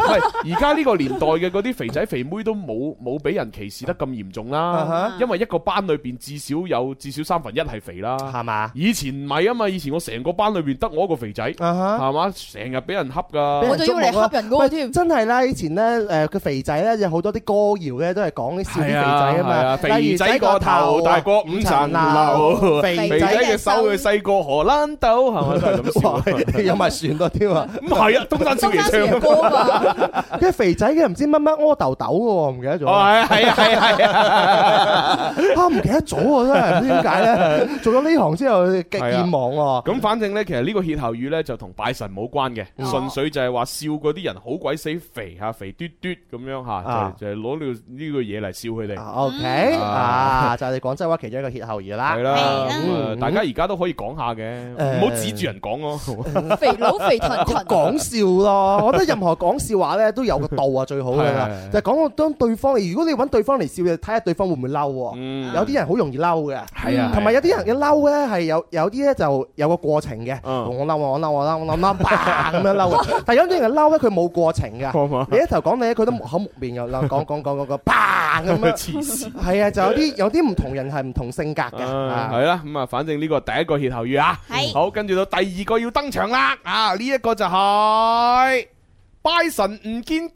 <laughs> 喂，而家呢個年代嘅嗰啲肥仔肥妹都冇冇俾人歧視得咁嚴重啊啦，因為一個班裏邊至少有至少三分一係肥啦，係嘛？以前唔係啊嘛，以前我成個班裏邊得我一個肥仔，啊係嘛？成日俾人恰㗎。哦俾人捉啊摸啦喂 <laughs> 真係啦，以前咧誒個肥仔咧有好多啲歌謠咧都係講啲笑啲肥仔啊係嘛，啊例肥如仔個頭大過五層樓，肥仔嘅手佢細過荷蘭豆，係咪都係咁笑啊？有埋旋律添啊！唔係啊，東山少爺唱嘅歌啊嘛。跟住肥仔嘅唔知乜乜屙豆豆嘅喎，唔記得咗。哦，係啊，係啊，係啊，係啊。啊，唔記得咗啊，真係唔知點 <laughs> 解咧。做咗呢行之後極健忘喎。 <laughs> 咁反正呢，其實呢個歇後語呢，就同拜神冇關嘅，嗯純粹就係話笑嗰啲人好鬼死肥嚇，肥嘟嘟咁樣嚇啊，就就係攞呢個呢個嘢嚟笑佢哋。 OK 啊，就係你廣州話其中一個歇後語啦。係啦，咁啊嗯大家而家都可以講下嘅，唔好指住人講 <laughs> 咯。肥佬肥騰 <laughs> 騰啊講笑咯，我覺得任何講笑話咧都有個度啊，最好噶啦係。就係講到當對方，如果你揾對方嚟笑，你睇下對方會唔會嬲喎。有啲人好容易嬲嘅，係啊同埋有啲人嘅嬲咧係有有啲咧就有個過程嘅。我嬲我嬲我嬲我嬲嬲嘭咁樣嬲嘅，但有啲人嬲咧佢冇過程嘅。你一頭講你，佢都木口木面又嬲，講講講講講嘭咁樣。 <laughs> 黐線係啊，就有啲有啲唔同人係唔同性格嘅。啊係啦，咁啊，反正呢個第一個歇後語啊，好，跟住到第二個要登場啦，啊，呢一個就係拜神唔見雞，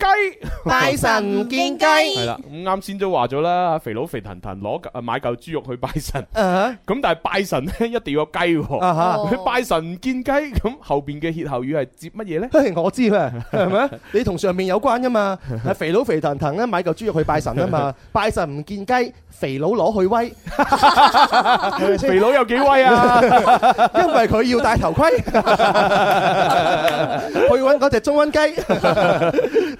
拜神唔見雞 <laughs> 係啦，咁啱先都話咗啦，肥佬肥騰騰攞嚿買嚿豬肉去拜神，咁但係拜神咧一定要有雞啊哈喎， <laughs> 佢拜神唔見雞，咁後邊嘅歇後語係接乜嘢咧？嘿我 <laughs> 知啦，係咪？你同上面有關噶嘛？係肥佬肥騰騰咧買嚿豬肉去拜神 <laughs> 啊嘛，拜神唔見雞，肥佬攞去威，肥佬有幾威 <laughs> 啊？因為佢要戴 <laughs> 頭盔，去揾嗰只中 <laughs> 瘟雞，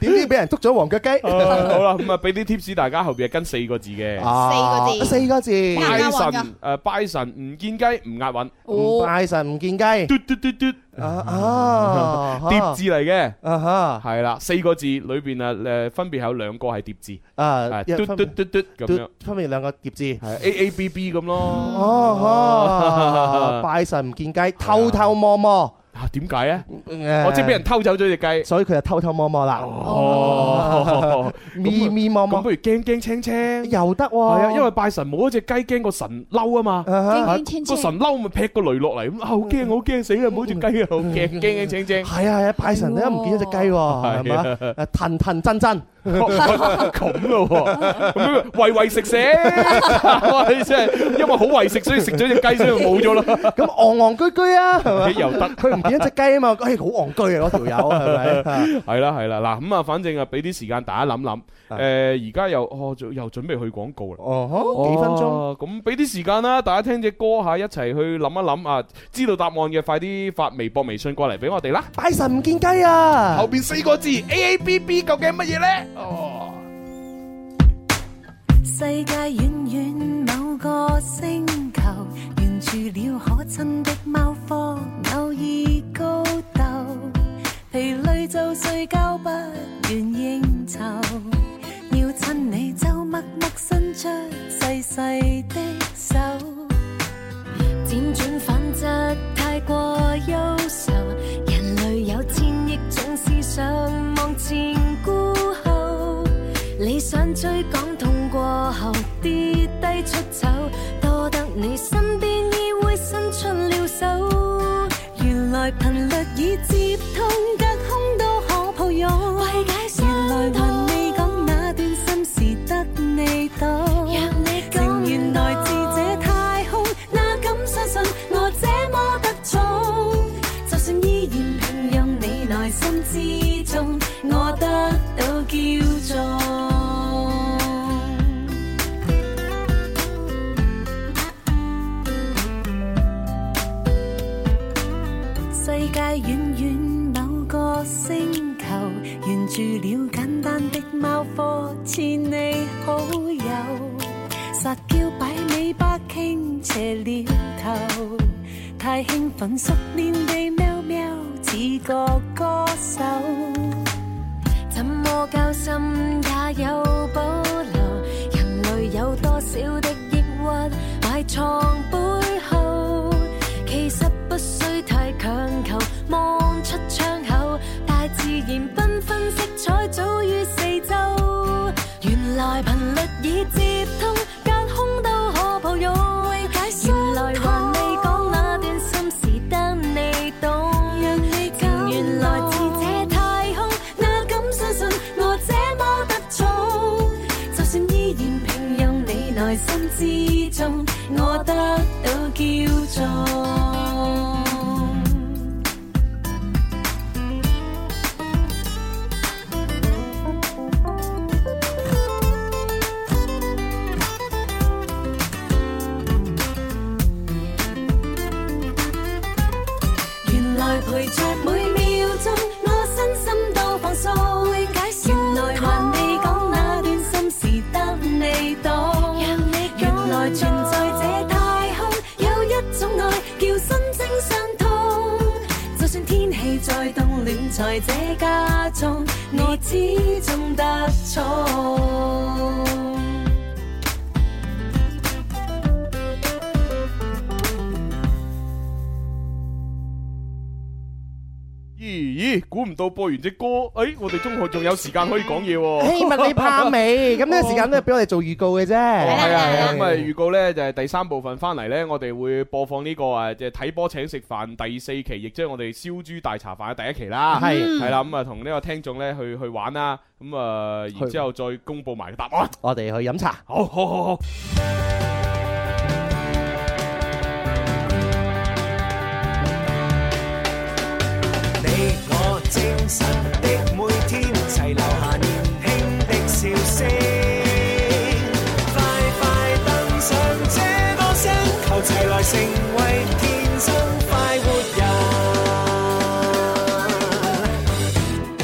點知俾人捉咗黃腳雞，啊好啦，咁啊，俾啲 tips 大家，後邊係跟四個字嘅，啊四個字，拜神誒，拜神唔見雞唔押啊韻，唔拜神唔見雞，嘟嘟嘟嘟， <laughs> 啊疊字嚟嘅，啊係啦，四個字裏邊啊誒，分別有兩個係疊字，啊係嘟嘟嘟嘟咁樣，分別兩個疊字，係 A A B B 咁嗯咯。哦，拜神唔見雞，偷偷摸摸。啊點解啊？誒我即係俾人偷走咗隻雞，所以佢就偷偷摸摸啦。哦， <laughs> 咪咪哎摸摸，咁不如驚驚青青又得係喎。啊，因為拜神冇嗰隻雞，驚個神嬲啊嘛，啊啊驚青青個神嬲咪劈個雷落嚟，咁啊好驚好嗯驚死啦，冇隻雞啊，好驚驚驚青 <laughs> 青。係啊係啊，拜神咧唔見咗隻雞喎，係係啊嘛？誒騰騰震震，咁咯喎，咁樣喂喂食食，哇你 <laughs> 真係因為好喂食，所以食咗隻雞，所以冇咗啦。 <laughs> 咁昂昂居居啊，係嘛？又得佢唔見咗隻雞啊嘛，哎好昂居啊嗰條友係咪？ <laughs> 係啦係啦，嗱咁啊，反正啊，俾啲時間大家諗諗。誒，而家又哦，仲又準備去廣告啦。哦，幾分鐘。哦咁俾啲時間啦，大家聽只歌嚇，一齊去諗一諗啊！知道答案嘅，快啲發微博、微信過嚟俾我哋啦。拜神唔見雞啊！後邊四個字 A A B B 究竟係乜嘢呢？哦。世界遠遠某個星球，沿住了可親的貓科，偶爾高鬥，疲累就睡覺，不願應酬。要親你周默默伸出細細的手，輾轉反側太過憂愁，人類有千億種思想，望前顧後。理想追趕痛過後，跌低出走，多得你身邊已會伸出了手。原來頻率已接通，隔空都可抱擁，心之中，我得到叫做。世界遠遠某個星球，沿住了簡單的貓科，似你好友，撒嬌擺尾巴傾斜了頭，太興奮熟練地喵喵，似個歌手。怎麼交心也有保留，人類有多少的抑鬱埋藏背後？其實不需太強求，望出窗口，大自然繽紛色彩早於四周。原來頻率已接通，隔空都可抱擁。原來還未講那段心事，得你懂。原來似這太空，哪敢相信我這麼得寵？就算依然平庸，你內心之中，我得到叫做。原來陪着每秒鐘，我身心都放鬆。原來還未講那段心事得你懂。原來存在這太空有一種愛叫心聲相通。就算天氣再凍，暖在這家中，我始終得寵。咦咦，估唔到播完只歌，誒，我哋中學仲有時間可以講嘢 <laughs> 喎。希望你怕 <laughs> 未？咁呢個時間都係俾我哋做預告嘅啫。嗯係係啊，係啊咁啊預告呢，就係第三部分翻嚟呢，我哋會播放呢個誒即係睇波請食飯第四期，亦即係我哋燒豬大茶飯嘅第一期啦。係係啦，咁啊同呢個聽眾呢去去玩啦，咁啊然之後再公佈埋答案。我哋去飲茶。好好好好。你我精神的每天，齊留下年輕的笑聲。快快登上這個星球，齊來成為天生快活人。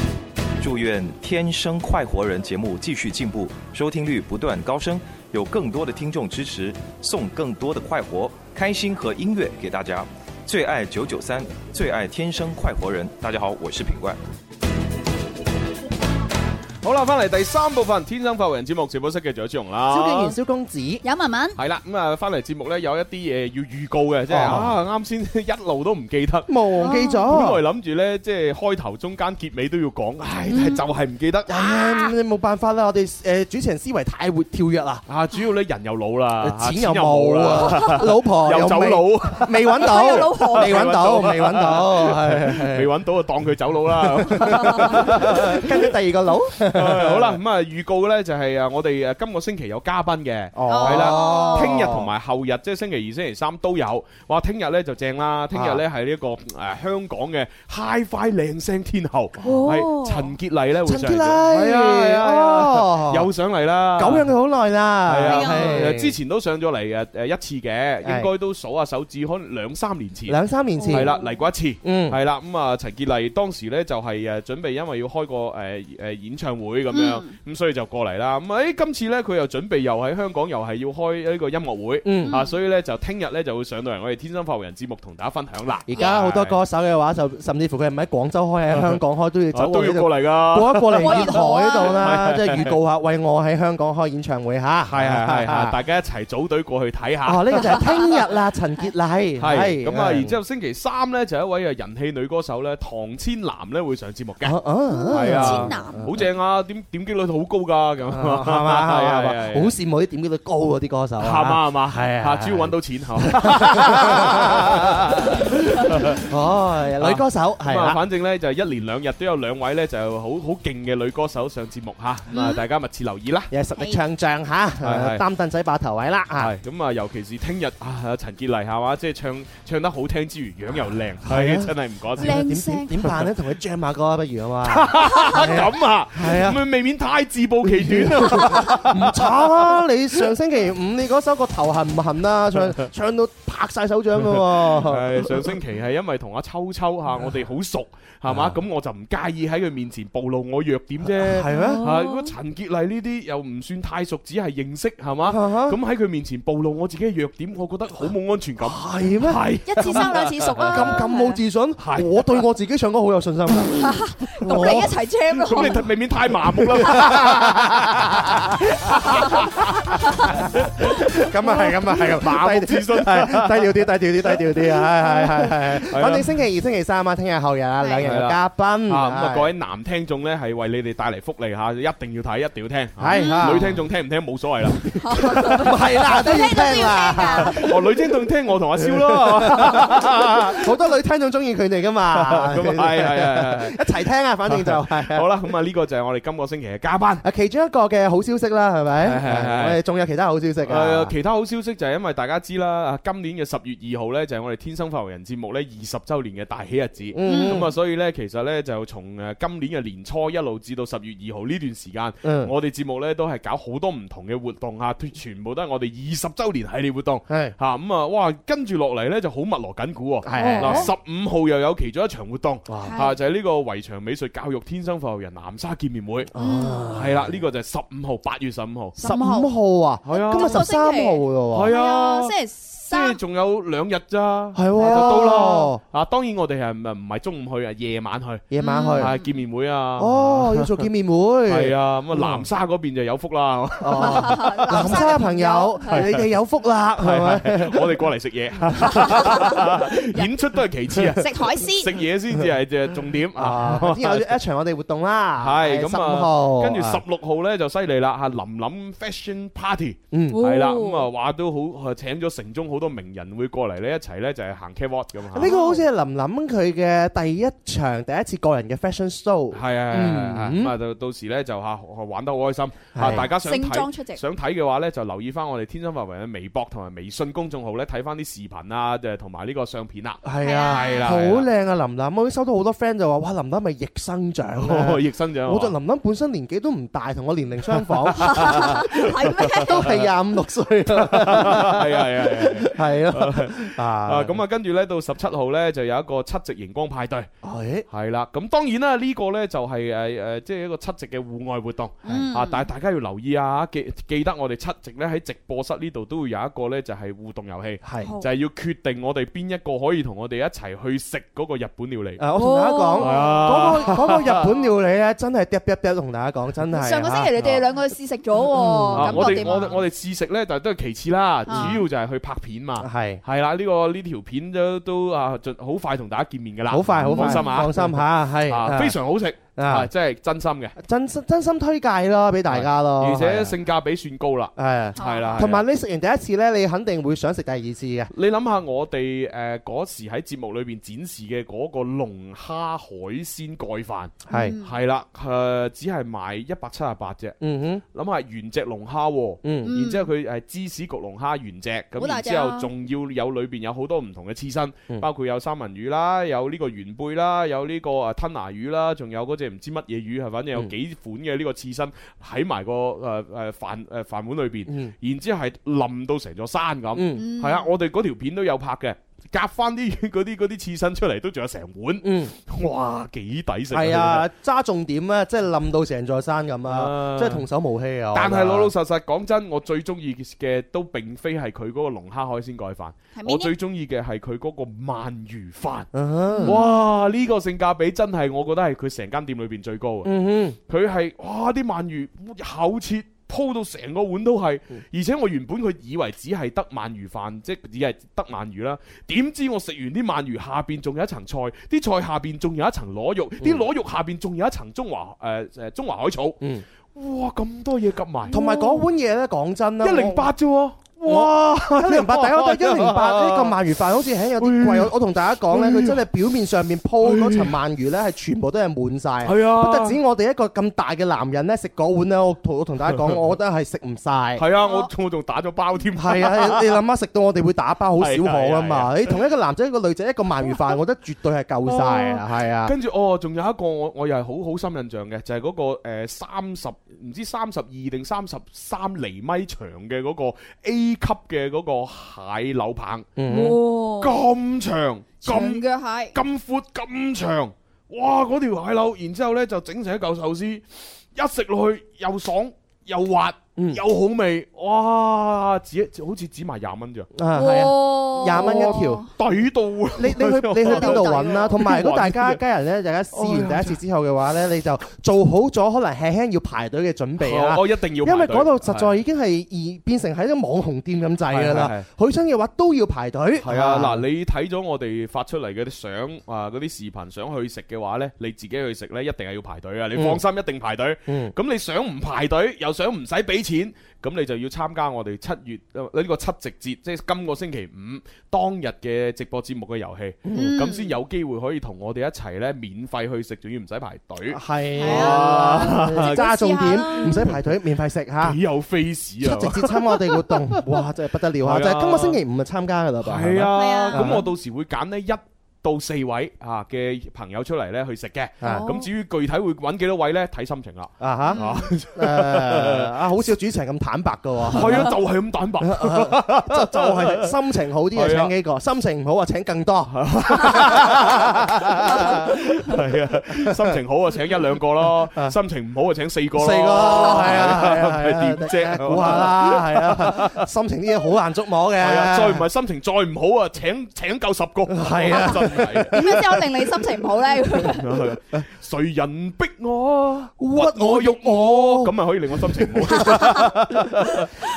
祝愿《天生快活人》节目继续进步，收听率不断高升，有更多的听众支持，送更多的快活、开心和音乐给大家。最爱九九三，最爱《天生快活人》。大家好，我是品冠。好啦，翻嚟第三部分《天生發人》節目直播室嘅仲有朱容啦，蕭敬元、蕭公子，有文文。系啦，咁啊，翻嚟節目咧有一啲嘢要預告嘅，即係哦啊，啱先一路都唔記得，忘記咗本來諗住咧，即係開頭、中間、結尾都要講，唉，但係就係唔記得。唉，你冇辦法啦，我哋誒主持人思維太活跳躍啦。啊，主要咧人又 <laughs> 老啦，錢錢又又冇冇啦啊，， <laughs> 老 <laughs> 婆又又走未佬，未 <laughs> 揾到有老婆未揾到未揾到係係係未揾到就當佢走佬啦。 <laughs> 跟咗第二個佬。好啦，咁啊預告咧就係啊，我哋誒今個星期有嘉賓嘅，哦係啦，聽日同埋後日即係星期二、星期三都有。哇，聽日咧就正啦，聽日咧係呢一個誒香港嘅 HiFi 靚聲天后，係陳潔麗咧會上嚟陳潔麗係啊係啊係啊哦，又上嚟啦，久養佢好耐啦。係啊，係係之前都上咗嚟嘅誒一次嘅，應該都數下手指，可能兩三年前。兩三年前係啦，嚟過一次。嗯，係啦，咁啊，陳潔麗當時咧就係誒準備，因為要開個誒誒演唱會咁樣，咁所以就過嚟啦。咁誒今次咧佢又準備又喺香港又係要開呢個音樂會。嗯啊，所以咧就聽日咧就會上到嚟我哋天生發福人節目同大家分享啦。而家好多歌手嘅話，就甚至乎佢唔喺廣州開，喺香港開都要走都要過嚟㗎過一過嚟過粵海嗰度啦係，即係預告下，為我喺香港開演唱會嚇。係係係係，大家一齊組隊過去睇下。哦，呢個就係聽日啦，陳潔麗係咁啊，係然之後星期三咧就有一位啊人氣女歌手咧唐千南咧會上節目嘅，啊係啊， <laughs> 唐千南好正啊！啊，點點擊率好高㗎咁，係 <laughs> 嘛係嘛係啊係係嘛啊，好羨慕啲點擊率高嗰啲歌手啊，係嘛係嘛，係嚇啊，主要揾到錢嚇。<laughs> 哦，女歌手係咁啊，啦，反正咧就一連兩日都有兩位咧就好好勁嘅女歌手上節目嚇，咁啊嗯大家密切留意啦。又係實力唱將嚇，係誒擔凳仔霸頭位啦嚇。係咁啊，尤其是聽日啊，陳潔麗係嘛，即係唱唱得好聽之餘，樣又靚，係係啊真係唔講 <laughs> 笑。點點點辦咧？同佢 jam 下歌啊 <laughs> 不如啊嘛，咁啊，係啊咁未免太自暴其短啦。唔錯啊！你上星期五你嗰首個頭痕唔痕啊？唱唱到拍晒手掌㗎喎。係上星期係因為同阿秋秋嚇，我哋好熟係嘛，咁我就唔介意喺佢面前暴露我弱點啫。係 <laughs> 咩啊係如果陳潔麗呢啲又唔算太熟，只係認識係嘛，咁喺佢面前暴露我自己嘅弱點，我覺得好冇安全感。係咩？係一次生兩次熟啊咁咁冇自信，我對我自己唱歌好有 <laughs> 信心㗎。咁你一齊 jam 咯。咁你未免太麻木啦。咁啊係，咁啊 <laughs> 係，麻木自信係低調啲，低調啲，低調啲啊！係係係係啊係。反正星期二、星期三啊，聽日、後日啊，兩日有嘉賓。啊，咁啊，係各位男聽眾咧係為你哋帶嚟福利嚇，一定要睇，一定要聽。係啊女聽眾聽唔聽冇所謂啦。 <laughs> 唔係 <laughs> 啦，都要聽啦。哦，女聽眾聽我同阿 <laughs> 蕭咯。好多女聽眾中意佢哋噶嘛， <laughs> 咁啊係係係係一齊聽 <laughs> 啊，反正就係。好啦，咁啊呢個就係我哋今個星期嘅嘉賓。啊，其中一個嘅好消息啦，係咪？係係係我哋仲有其他好消息誒、啊。其他好消息就係因為大家知啦，啊今年嘅十月二號呢，就係、我哋天生發為人節目呢二十週年嘅大喜日子，咁啊、嗯所以呢，其實呢，就從誒今年嘅年初一路至到十月二號呢段時間，嗯我哋節目呢都係搞好多唔同嘅活動嚇，全部都係我哋二十週年系列活動。係嚇咁啊！哇，跟住落嚟呢就好密鑼緊鼓喎。係係嗱，十五號又有其中一場活動，哇嚇就係呢個圍牆美術教育天生發育人南沙見面會。哦係啦，呢個就係十五號，八月十五號。十五號啊，係啊今日十三號咯喎。係啊，星期即係仲有兩日咋，係喎就到啦。啊，當然我哋係唔唔係中午去啊，夜晚去，夜晚去係見面會啊。哦，要做嗯見面會。係啊，咁啊南沙嗰邊就有福啦。Ờ. 南沙嘅朋 Dạ. 友，係你哋有福啦，係咪？係我哋過嚟食 <laughs> 嘢，演出都係其次啊。食海鮮食嘢先至係即係重點啊。先有一場我哋活動啦，係啊十咁五號，啊，跟住十六號咧就犀利啦嚇，林林 Fashion Party，嗯係啦，哦咁啊話都好請咗城中好多名人會過嚟咧一齊咧就係行 K walk 咁啊。呢個好似係林林佢嘅第一場第一次個人嘅 fashion show，係啊，係係咁啊，到到時咧就嚇玩得好開心啊！係大家想盛裝出席睇想睇嘅話咧，就留意翻我哋天生發圍嘅微博同埋微信公眾號咧，睇翻啲視頻啊，誒同埋呢個相片啊，係啊，係啦，好係啦靚啊！林林，我收到好多 friend 就話：哇，林林咪逆生長啊 <laughs> 哦逆生長啊我 <laughs> 就林林本身年紀都唔大，同我年齡相仿，係咩？都係廿五六歲啦，係啊係啊係啊。係咯啊， <laughs> 啊，咁啊，跟住咧到十七號咧就有一個七夕熒光派對，係係啦。咁當然啦，呢個咧就係誒誒，即係一個七夕嘅戶外活動嗯啊。但係大家要留意啊，記記得我哋七夕咧喺直播室呢度都會有一個咧就係互動遊戲，係就係要決定我哋邊一個可以同我哋一齊去食嗰個日本料理。啊我同大家講，哦 <laughs> 嗰個嗰個日本料理咧，真係喋喋喋同大家講，真係上個星期你哋兩個試食咗喎，啊！感我覺哋點我啊？哋我哋試食咧，就都係其次啦，主啊要就係去拍片嘛。係係啦，呢個呢條片都都啊，盡好快同大家見面噶啦。好快好快，放心啊，放心嚇，係啊，啊非常好食啊，真係真心嘅。真心真心推介咯，俾大家咯，而係且啊哦性價比算高啦，係係啊啦，同埋係啦你食完第一次咧，你肯定會想食第二次嘅。你諗下我哋誒嗰時喺節目裏邊展示嘅嗰個龍蝦海鮮蓋飯，係嗯係啦，誒只係賣一百七十八啫。嗯諗下原隻龍蝦喎，嗯然之後佢誒芝士焗龍蝦原隻，咁好然大隻之啊後仲要有裏邊有好多唔同嘅刺身，嗯包括有三文魚啦，有呢個原貝啦，有呢個誒吞拿魚啦，仲有嗰只唔知乜嘢魚係，反正有嗯幾款嘅呢個刺身喺埋個誒誒飯誒飯碗裏邊嗯，然之後係冧到成座山咁，嗯係啊，我哋嗰條片都有拍嘅。夾翻啲 <laughs> 嗰啲嗰啲刺身出嚟，都仲有成碗，嗯哇，幾抵食！哼，係啊，，揸重點啊，即係冧到成座山咁啊啊，即係童叟無欺啊！但係老老我覺實實講真，我最中意嘅都並非係佢嗰個龍蝦海鮮蓋飯係，咩我最中意嘅係佢嗰個鰻魚飯。得啊哈哇！呢、個性價比真啊係，我覺得係佢成間店裏邊最高嘅。嗯佢係哇啲鰻魚厚切。鋪鋪到成個碗都係，嗯而且我原本佢以為只係得鰻魚飯，即係只係得鰻魚啦。嗯點知我食完啲鰻魚下邊仲有一層菜，啲菜下邊仲有一層螺嗯肉，啲螺肉下邊仲有一層中華誒誒中華海草。哇！咁多嘢夾埋，嗯同埋嗰碗嘢咧，講真啦， 108啫喎。哇！ <laughs> 一零八，大家覺得一零八哎哇呢個鰻魚飯好似係有啲貴。我我同大家講咧，佢真係表面上面鋪嗰層鰻魚咧，係全部都係滿晒。係啊不得止我哋一個咁大嘅男人咧，食嗰碗咧，我同我同大家講，我覺得係食唔晒。係啊，我我仲打咗包添。係啊，你你諗下食到我哋會打包，好少可啊係啊係嘛。啊你同一個男仔一個女仔一個鰻魚飯，我覺得絕對係夠晒啊，係啊。跟住哦，仲有一個我我又係好好深印象嘅，就係嗰個誒三十唔知三十二定三十三厘米長嘅嗰個 A 級嘅嗰個蟹柳棒，哇咁長長咁腳蟹，咁闊咁長，哇！嗰條蟹柳，然之後呢就整成一嚿壽司，一食落去又爽又滑。又好味，哇！只好似只賣廿蚊咋，啊係啊廿蚊一條抵到啊！你你 <laughs> 去你去邊度揾啦？同埋如果大家家人咧，大家試完第一次之後嘅話咧，你就做好咗可能輕輕要排隊嘅準備啦。我一定要排隊因為嗰度實在已經係而變成係一啲網紅店咁滯㗎係係啦。去親嘅話都要排隊。係啊，嗱，你睇咗我哋發出嚟嗰啲相啊，嗰啲視頻想去食嘅話呢，你自己去食呢，一定係要排隊啊！你嗯放心，一定排隊。嗯咁你想唔排隊，又想唔使俾錢，咁你就要參加我哋七月呃呢個七夕節，即係今個星期五當日嘅直播節目嘅遊戲，嗯咁先有機會可以同我哋一齊呢，免費去食，仲要唔使排隊。係啊啊， <laughs> 揸重點，唔使排隊，免費食嚇。幾有 face 啊！直接參我哋活 <laughs> 動，哇！真係不得了啊！係啊就係今個星期五就參加㗎啦噃。係啊，係咪咁我到時會揀呢一到四位啊嘅朋友出嚟呢去食嘅，啊咁至於具體會揾幾多位呢？睇心情 <laughs> 啦。啊哈，誒啊，好少主持人咁坦白㗎喎。係啊，就係咁 <laughs> 坦白。就就係心情好啲啊，係啊請幾個；心情唔好啊，請更多。係啊，心情好啊，請一兩個咯；心情唔好啊，請四個咯。四個係 <laughs> 啊係啊係啊係點啫？估下啦，係啊，心情啲嘢好難捉摸嘅。係啊，再唔係心情再唔好啊，請請夠十個。係啊 <laughs> 真係。點樣先可以令你心情唔好咧？誰人逼我，屈我辱我，咁咪可以令我心情唔好。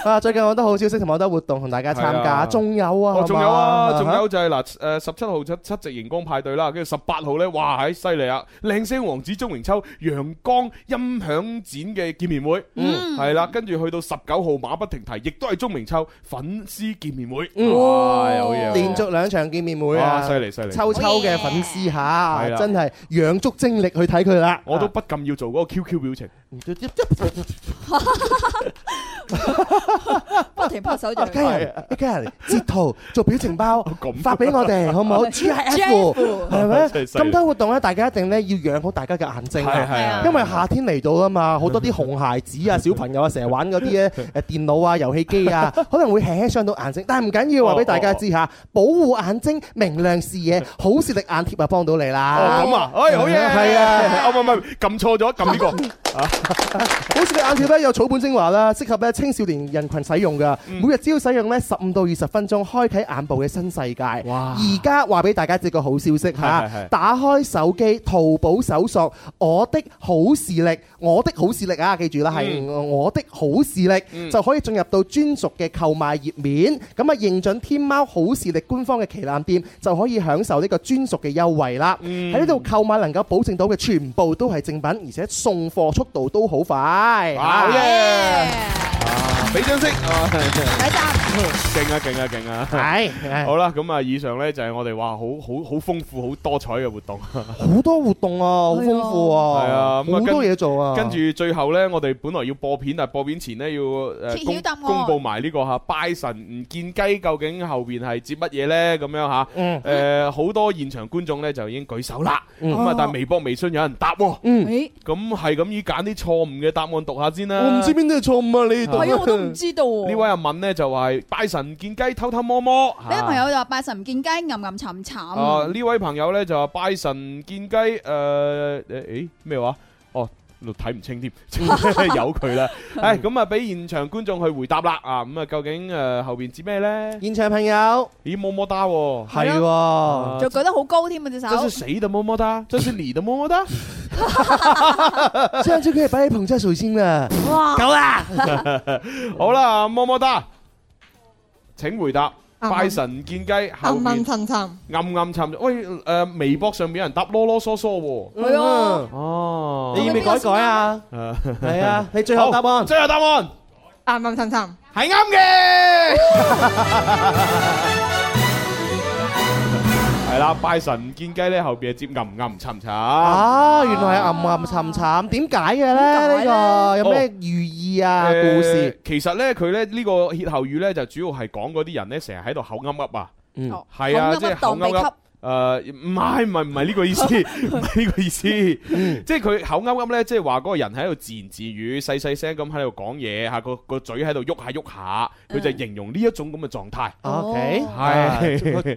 啊，最近我都好消息同埋好多活動同大家參係啊加，仲有啊，係哦，嘛仲有啊，仲有就係嗱，诶，十七號七七夕熒光派對啦，跟住十八號咧，哇，喺犀利啊！靚聲王子鐘榮秋陽光音響展嘅見面會，嗯係啦，跟住去到十九號馬不停蹄，亦都係鐘榮秋粉絲見面會，嗯哇，有哦嘢啊，連續兩場見面會啊，哇犀利犀利秋秋嘅粉絲嚇係啦，真係養足精力去睇佢啦。啊我都不禁要做嗰個 QQ 表情， <laughs> 不停 <laughs> 拍手掌一。家人一家人截圖做表情包啊咁啊發俾我哋，好 <laughs> 唔好 GIF ？GIF 係咪？真係犀利咁多活動咧，大家一定咧要養好大家嘅眼睛係係啊係，因為夏天嚟到啊嘛，好多啲紅孩子啊、小朋友啊，成日玩嗰 <laughs> 啲咧誒電腦啊、遊戲機啊，可能會輕輕傷到眼睛，但係唔緊哦要，話啊俾大家知嚇，保護眼睛，明亮視野，好視力眼貼啊，幫到你啦。哦咁啊，哎好嘢，係啊。哦，唔係唔係，撳錯咗，撳呢 <laughs> 個啊，好似你眼貼咧有草本精華啦，適合咧青少年人群使用噶。嗯每日只要使用咧十五到二十分鐘，開啟眼部嘅新世界。而家話俾大家知個好消息係係嚇係，打開手機淘寶搜索我的好視力，我的好視力啊，記住啦，係我的好視力，嗯就可以進入到專屬嘅購買頁面。咁啊，認準天貓好視力官方嘅旗艦店，就可以享受呢個專屬嘅優惠啦。喺呢度購買能夠保證到嘅全部都係正品，而且送貨速度都好快。好啊嘢，俾掌聲， <laughs> 啊 <laughs> 勁啊勁啊勁啊！係 <laughs> 好啦，咁啊，以上呢就係我哋話好好好豐富、好多彩嘅活動。好多活動啊，好豐富係啊，啊，好咁啊跟多嘢做啊。跟住最後呢，我哋本來要播片，但係播片前呢，要揭誒曉答案公公佈埋呢個嚇拜神唔見雞究竟後邊係接乜嘢呢？咁樣嚇誒呃好多現場觀眾呢，就已經舉手啦。嗯咁啊哦，但係微博、微信有人答喎。嗯咦咁係咁要揀啲錯誤嘅答案讀下先啦。我唔知邊啲係錯誤啊，你讀係啊，我都唔知道喎。呢位阿敏呢，就話係拜神唔見雞偷偷摸摸。呢位朋友就話拜神唔見雞，吟吟沉沉。啊！呢位朋友咧就話拜神見雞，誒誒誒咩話？哦，睇唔清添，由佢啦。誒咁啊，俾現場觀眾去回答啦。啊，咁啊，究竟誒後邊指咩咧？ <laughs> 現場朋友，咦，么么哒喎，係喎啊仲舉得好高添啊隻手。這是誰的么么哒？這是你的么么哒？这样就可以把你捧在手心了。哇够啦！好啦，么么哒，請回答。啱啱拜神見雞後暗暗面沉沉。暗暗沉，喂誒，微博上面有人答囉囉嗦嗦喎。係啊哦，你要唔要改改啊？係啊你最後答案，最後答案暗暗沉沉。係啱 <laughs> 嘅。係啦，拜神見雞咧，後邊係接暗暗沉沉。啊，原來係暗暗沉沉，點解嘅咧？呢個有咩寓意啊？故事誒其實咧，佢咧呢個歇後語咧，就主要係講嗰啲人咧，成日喺度口噏噏啊，哦係啊，口噏噏即係口當噏秘笈噏。誒唔係唔係唔係呢個 <laughs> 意思，唔係呢個意思，即係佢口噏噏咧，即係話嗰個人喺度自言自語，細細聲咁喺度講嘢嚇，個個嘴喺度喐下喐下，佢嗯就形容呢一種咁嘅狀態。 ？OK，係啊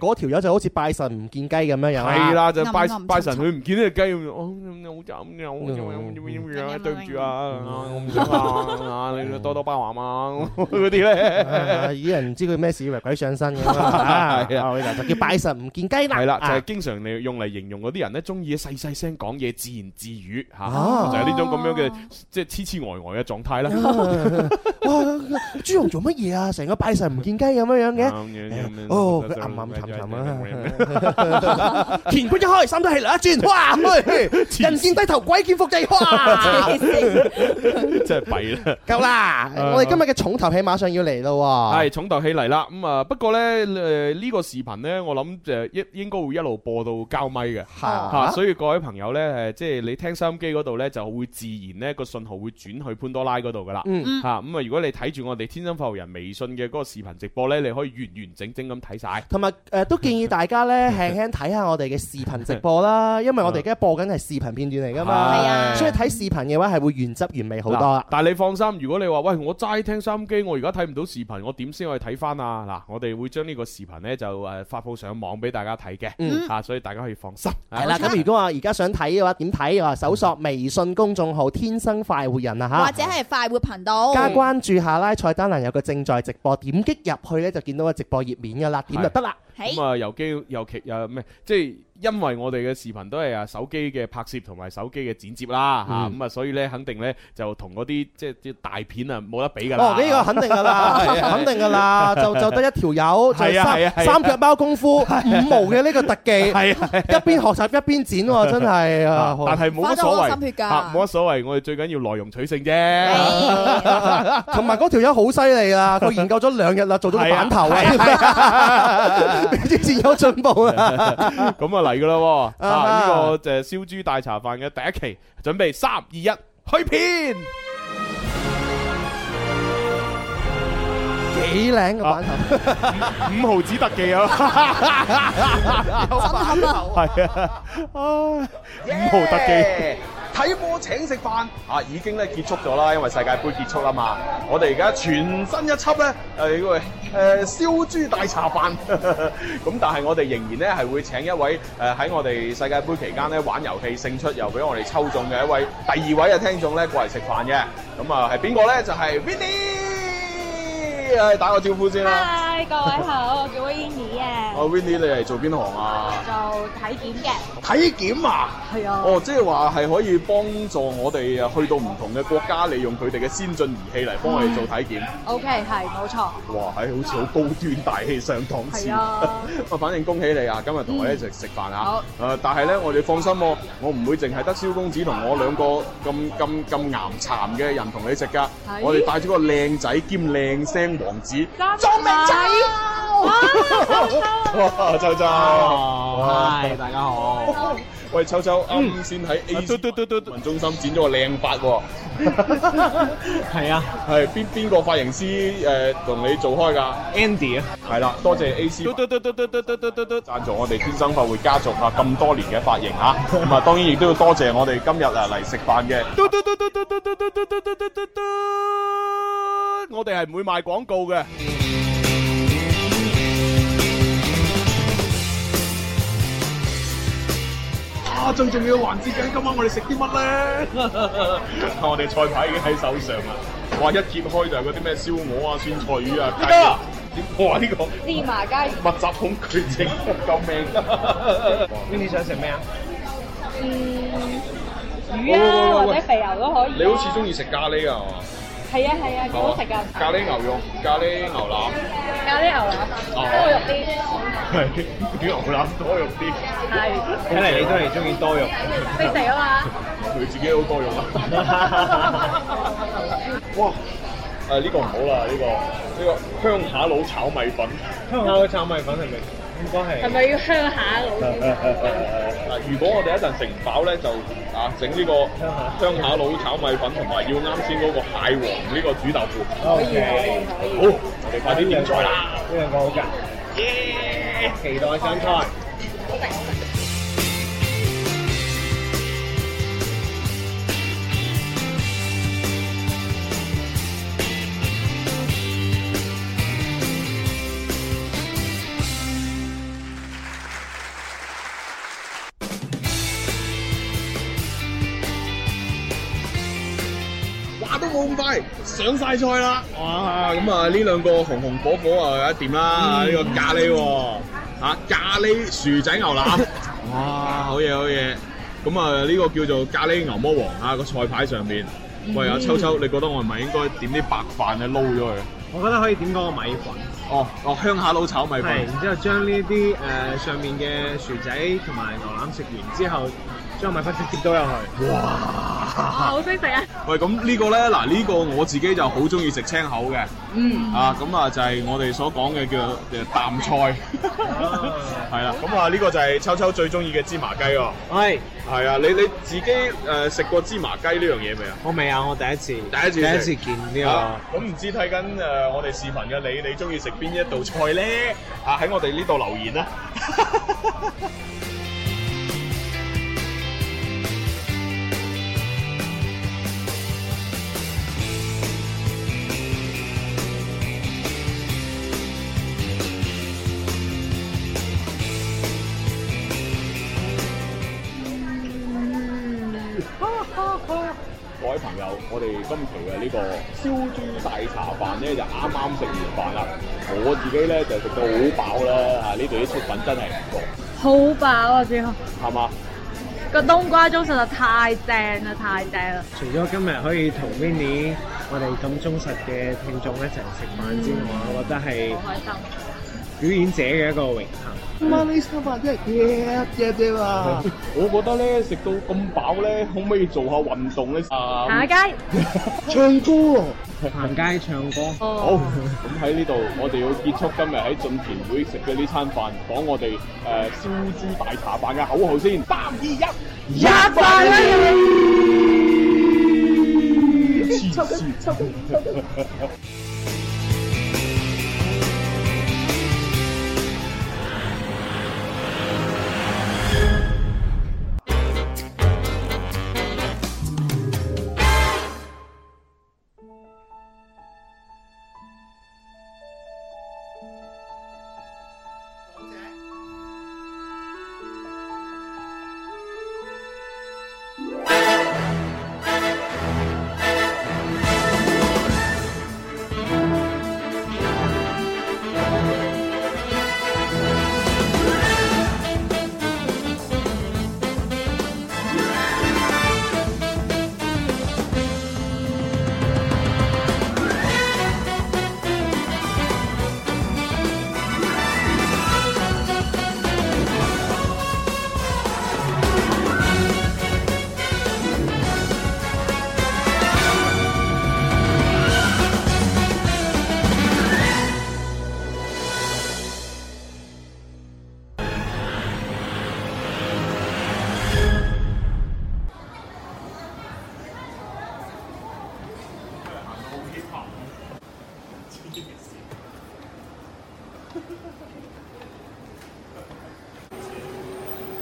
<laughs> 嗰條友就好似拜神唔見雞咁樣樣係啦，就拜啱啱拜神，佢唔見呢只雞咁樣，哦好慘嘅，好慘嘅，對唔住啊，啊我唔想啊，啊你多多包涵啊，嗰啲 <laughs> 啊咧。以人唔知佢咩事，以為鬼上身咁啊！ <laughs> 係啊啊就叫拜神唔見雞啦。係啦，就啊係經常你用嚟形容嗰啲人咧，中意細細聲講嘢，自言自語 <laughs> 嚇，啊就係呢種咁樣嘅即係痴痴呆呆嘅狀態啦。啊哇！朱紅做乜嘢啊？成個拜神唔見雞咁樣樣嘅。哦，佢暗暗沉沉啊！乾坤一開，三都氣流一轉， <laughs> 哇！人見低頭，鬼見伏地，哇！ <laughs> 真係弊啦，夠啦！我哋今日嘅重頭戲馬上要嚟咯喎。係重頭戲嚟啦。咁啊，不過咧誒呢個視頻咧，我諗誒應應該會一路播到交咪嘅啊嚇，所以各位朋友咧誒，即係你聽收音機嗰度咧，就會自然咧個信號會轉去潘多拉嗰度噶啦嚇。嗯嗯咁啊，如果你睇住我哋天生發育人微信嘅嗰個視頻直播咧，你可以完完整整咁睇晒。同埋誒都建議大家 <laughs> 咧輕輕睇下我哋嘅視頻直播啦，因為我哋而家播緊係視頻片段嚟㗎係嘛，啊所以睇視頻嘅話係會原汁原味好多啦嗱。但係你放心，如果你話喂我齋聽收音機，我而家睇唔到視頻，我點先可以睇翻啊？嗱，我哋會將呢個視頻呢就誒發布上網俾大家睇嘅，嗯啊，所以大家可以放心。係啦，咁如果話而家想睇嘅話，點睇？啊，搜索微信公眾號「天生快活人」啊嚇，或者係快活頻道。加關注下啦，菜單欄有個正在直播，點擊入去咧就見到個直播頁面㗎啦，點就得啦。係咁啊，尤其尤其誒咩，即係因為我哋嘅視頻都係啊手機嘅拍攝同埋手機嘅剪接啦嚇，嗯咁啊，所以呢，肯定呢就同嗰啲即係啲大片啊冇得比㗎啦。哦，呢個肯定㗎啦， <laughs> 係啊肯定㗎 <laughs> 啦，就就得一條友，就係啊係啊係三啊三腳貓功 <laughs> 夫五毛嘅呢個特技，係啊一邊學習一邊剪 <laughs> 喎，真係啊！但係冇乜所花咗好多謂，心血㗎啊冇乜所謂，我哋最緊要內容取勝啫。同埋嗰條友好犀利啊！佢研究咗兩日啦，做咗個版頭啊， <laughs> <laughs> 比之前有進步啊！咁啊嚟噶啦喎，啊啊呢個就係燒豬大茶飯嘅第一期，準備三二一，去片。幾靚嘅版頭，五毫子特 <laughs> 技啊！有版頭係啊，五毫特技。睇波請食飯啊，已經咧結束咗啦，因為世界盃結束啦嘛。我哋而家全新一輯咧，誒呢個誒燒豬大茶飯。 <laughs> 咁但係我哋仍然咧係會請一位誒喺我哋世界盃期間咧玩遊戲勝出又俾我哋抽中嘅一位第二位嘅聽眾咧過嚟食飯嘅。咁啊係邊個咧？就係、Vinny，誒打哎個招呼先啦。 Hi，各位好，我叫 Winnie 啊，哦 Vinny，你係做邊行啊？做體檢嘅，體檢啊？係啊，哦，即係話係可以幫助我哋啊，去到唔同嘅國家，利用佢哋嘅先進儀器嚟幫我哋做體檢。 ，OK，係冇 <laughs> 錯，哇，係好似好高端大氣上檔次。係啊 <laughs> 嗯啊，反正恭喜你啊！今日同我哋一齊食飯啊。誒、好但係咧，我哋放心喎，我唔會淨係得蕭公子同我兩個咁咁咁岩殘嘅人同你食㗎係。啊我哋帶咗個靚仔兼靚聲王子。裝明仔， <laughs> 哇！秋秋，嗨大家好。喂，秋秋，啱先喺 A 嗯啊嘟嘟嘟嘟文中心剪咗個靚髮喎，係啊，係邊邊個髮型師誒同你做開㗎？Andy 啊，係啦，多謝 A C 嘟嘟嘟嘟嘟嘟嘟嘟嘟贊助我哋天生發會家族啊咁多年嘅髮型啊，咁啊當然亦都要多謝我哋今日啊嚟食飯嘅。嘟嘟嘟嘟嘟嘟嘟嘟嘟嘟嘟嘟嘟，我哋係唔會賣廣告嘅。啊，最重要嘅環節嘅，今晚我哋食啲乜咧？我哋菜牌已經喺手上啦。哇！一揭開就係嗰啲咩燒鵝啊、酸菜魚啊、雞啊。哇！呢、個芝麻雞，密集恐懼症，救命！嗯，魚啊，或者肥牛都可以啊。你好似中意食咖喱啊？係係啊嘛係啊，幾好食㗎。咖喱牛肉、咖喱牛腩，哦咖喱牛腩，多肉啲。係牛腩多肉啲。係。睇嚟你都係中意多肉。識食啊嘛。 <laughs> 佢自己好多 <laughs> 肉啊！哇！誒呢個唔好啦，呢個呢個鄉下佬炒米粉。香口嘅炒米粉係咪應該係？係咪要鄉下佬先食？嗱，啊如果我哋一陣食唔飽咧，就啊整 <laughs> 呢個鄉下佬炒米粉，同埋要啱先嗰個蟹黃呢個煮豆腐。可以可以可以好，我哋快啲點菜啦！呢兩個好㗎。期待上菜。話都冇咁快，上晒菜啦！哇，咁啊呢兩個紅紅火火啊有一掂啦，呢、嗯個咖喱喎、啊咖喱薯仔牛腩， <laughs> 哇好嘢好嘢！咁啊呢個叫做咖喱牛魔王啊個菜牌上面。喂阿嗯秋秋，你覺得我係咪應該點啲白飯咧撈咗佢？我覺得可以點嗰個米粉。哦哦，鄉下佬炒米係，粉。然之後將呢啲誒上面嘅薯仔同埋牛腩食完之後，將米粉直接倒入去。哇！好識食啊！喂，咁呢個咧，嗱呢個我自己就好中意食青口嘅，嗯啊咁啊就係我哋所講嘅叫誒淡 <laughs> 菜，哦係啦，咁啊呢個就係秋秋最中意嘅芝麻雞喎，係係啊，你你自己誒食過芝麻雞呢樣嘢未啊？我未啊，我第一次，第一次第一食次見呢啊個。咁唔知睇緊誒我哋視頻嘅你，你中意食邊一道菜咧？啊喺我哋呢度留言啊啦。各位朋友，我哋今期嘅呢個燒豬大茶飯咧就啱啱食完飯啦，我自己咧就食到好飽啦，啊呢度啲出品真係唔錯，好飽啊！之後係嘛？個冬瓜盅實在太正啦，太正啦！除咗今日可以同 Vinny 我哋咁忠實嘅聽眾一齊食飯之外，我覺得係好開心。表演者嘅一個榮幸。今晚呢餐飯真係嘢嘢啫嘛！我覺得咧食到咁飽咧，可唔可以做下運動咧？啊，行下街，唱歌，行街唱歌。好，咁喺呢度我哋要結束今日喺進田會食嘅呢餐飯，講我哋誒、呃、燒豬大茶飯嘅口號先，三二一，一飯一黐線。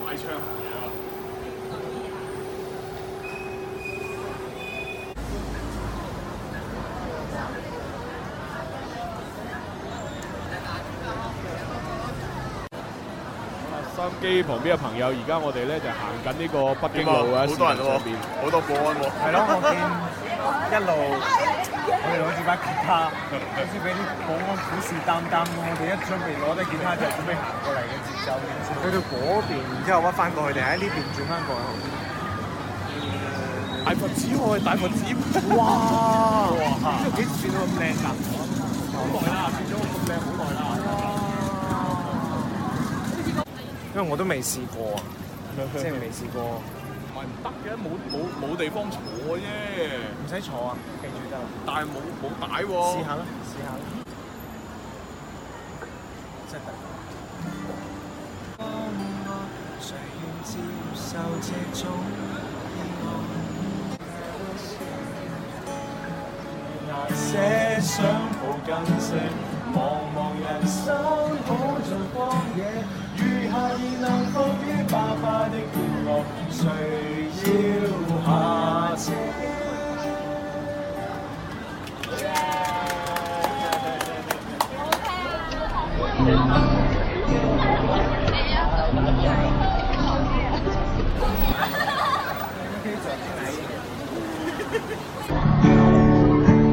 買槍收音機旁邊嘅朋友，而家我哋咧就行緊呢個北京路啊，好多人喎，好多保安喎。係咯，我見一路我哋攞住把吉他，好似俾啲保安虎視眈眈咁。我哋一準備攞低吉他就準備行過嚟嘅節奏，去到嗰邊，然之後屈翻過去定喺呢邊轉翻過去？誒，大佛寺我係大佛寺。哇哇！呢度幾時變到咁靚㗎？好耐啦，變咗咁靚好耐啦。因為我都未試過 <laughs> 啊，即係未試過。唔係唔得嘅，冇冇冇地方坐啫。唔使坐啊，記住得啦。但係冇冇帶喎。試下啦，試下啦。真係得。誰願接受這種意外？難寫想抱緊些，茫茫人生可做光野，餘下已能伏於爸爸的肩膊，誰要下車？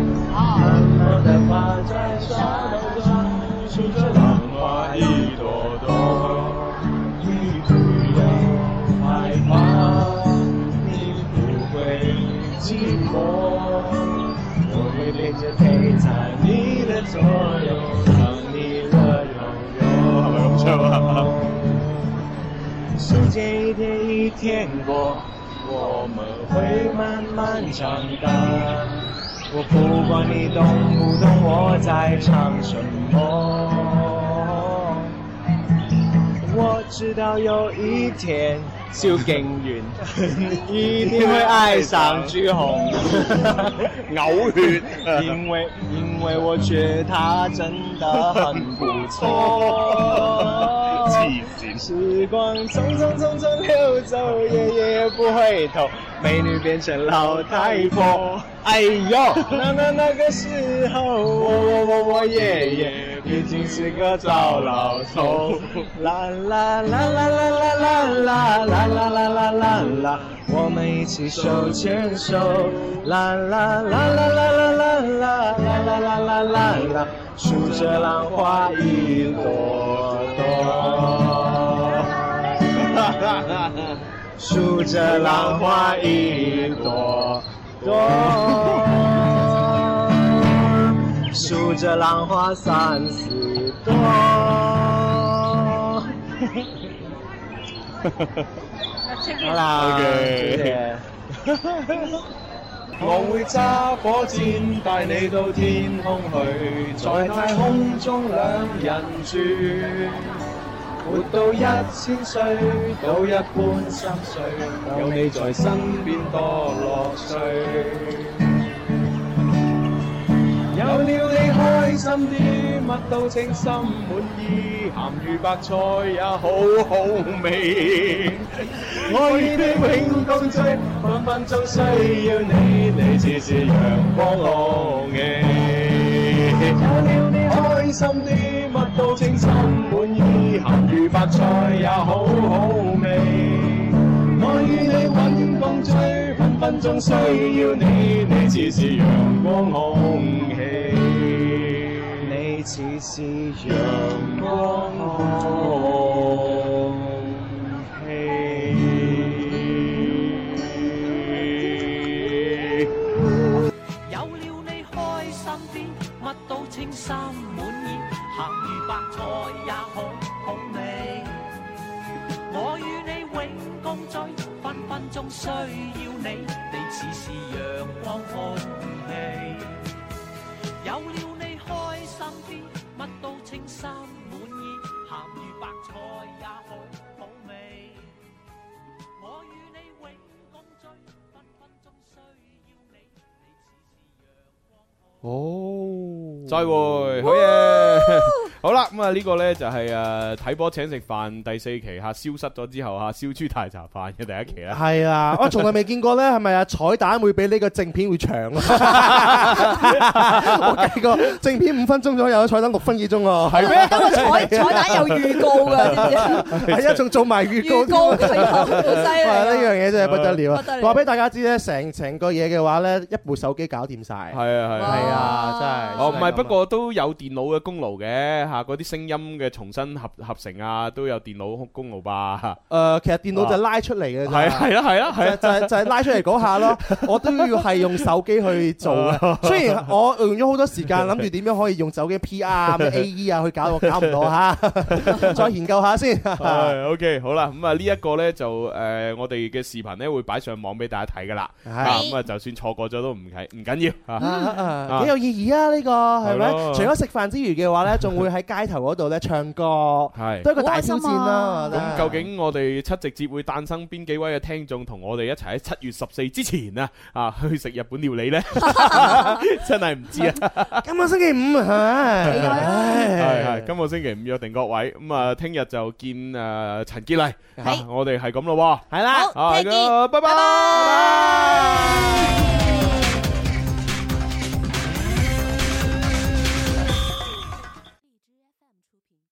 的花在沙漏中，数着浪花一朵朵，你不要害怕，你不会寂寞，我会陪着陪在你的左右，让你的拥有。时间一天一天过，我们会慢慢长大。我不管你懂不懂我在唱什么，我知道有一天，萧敬元一定会爱上朱红，呕血， <laughs> 因为因为我觉得他真的很不错。时光匆匆匆匆溜走，夜夜不回头，美女变成老太婆。哎呦，那那那个时候，我我我我爷爷毕竟是个糟老头。啦啦啦啦啦啦啦啦啦啦啦啦啦啦，我们一起手牵手。啦啦啦啦啦啦啦啦啦啦啦啦啦啦，数着浪花一朵朵。数着浪花一朵朵，数着浪花三十朵。好啦 OK 多謝我會揸火箭帶你到天空去，在太空中兩人住，活到一千歲到一般心碎，有你在身邊多樂趣。有了你開心啲，乜都稱心滿意，鹹魚白菜也好好味。我已的永共聚，分分鐘需要你，你似是陽光樂藝。有了你開心啲，乜都稱心滿意，鹹魚白菜也好好味。我與你永共聚，分分鐘需要你，你似是陽光空氣。你似是陽光空氣。有了你開心啲，乜都稱心滿意，鹹魚白菜也好好味。我與你永共聚，分分鐘需要你，你似是陽光空氣。有了你開心啲，乜都稱心滿意，鹹魚白菜也好好味。我與你永共聚，分分鐘需要你，你似是哦，再會，好嘢！ <laughs> 好啦，咁啊呢個呢就係誒睇波請食飯第四期嚇消失咗之後嚇燒豬大茶飯嘅第一期啦。係啊，我從來未見過咧，係咪啊？彩蛋會比呢個正片會長啊！ <laughs> <laughs> 我計過正片五分鐘左右，彩蛋六分幾鐘喎。係咩不過彩彩蛋有預告㗎知唔知係啊，仲做埋預告添。預 <laughs> 告㗎有好犀利啊哇呢樣嘢真係不得了啊不得！了話俾大家知咧，成成個嘢嘅話咧，一部手機搞掂 <laughs> 晒。係啊係啊係啊，真係。哦哦，唔係，不過都有電腦嘅功勞嘅嚇嗰啲聲音嘅重新合合成啊，都有電腦功勞吧？誒，呃其實電腦就係拉出嚟嘅啫，係啊係啊係啊係啊就係就係就係拉出嚟嗰下 <laughs> 咯。我都要係用手機去做嘅，雖然我用咗好 <laughs> 多時間諗住點樣可以用手機 P R 啊、咩 A E 啊去搞，我搞唔到 <laughs> 嚇，再研究下先。係 OK，好啦，咁啊呢一個呢，就誒我哋嘅視頻呢會擺上網俾大家睇噶啦，係啊咁啊就算錯過咗都唔緊唔緊要啊啊啊啊幾有意義啊！呢個係咪係？咯除咗食飯之餘嘅話呢，仲會喺街頭嗰度呢唱歌，係都係一個大挑戰啦。咁究竟我哋七夕節會誕生邊幾位嘅聽眾同我哋一齊喺七月十四之前啊啊去食日本料理呢？真係唔知啊！今個星期五係係係，今個星期五約定各位，咁啊聽日就呃見誒陳潔麗，啊我哋係咁咯喎，係啦，好，聽見咁拜拜。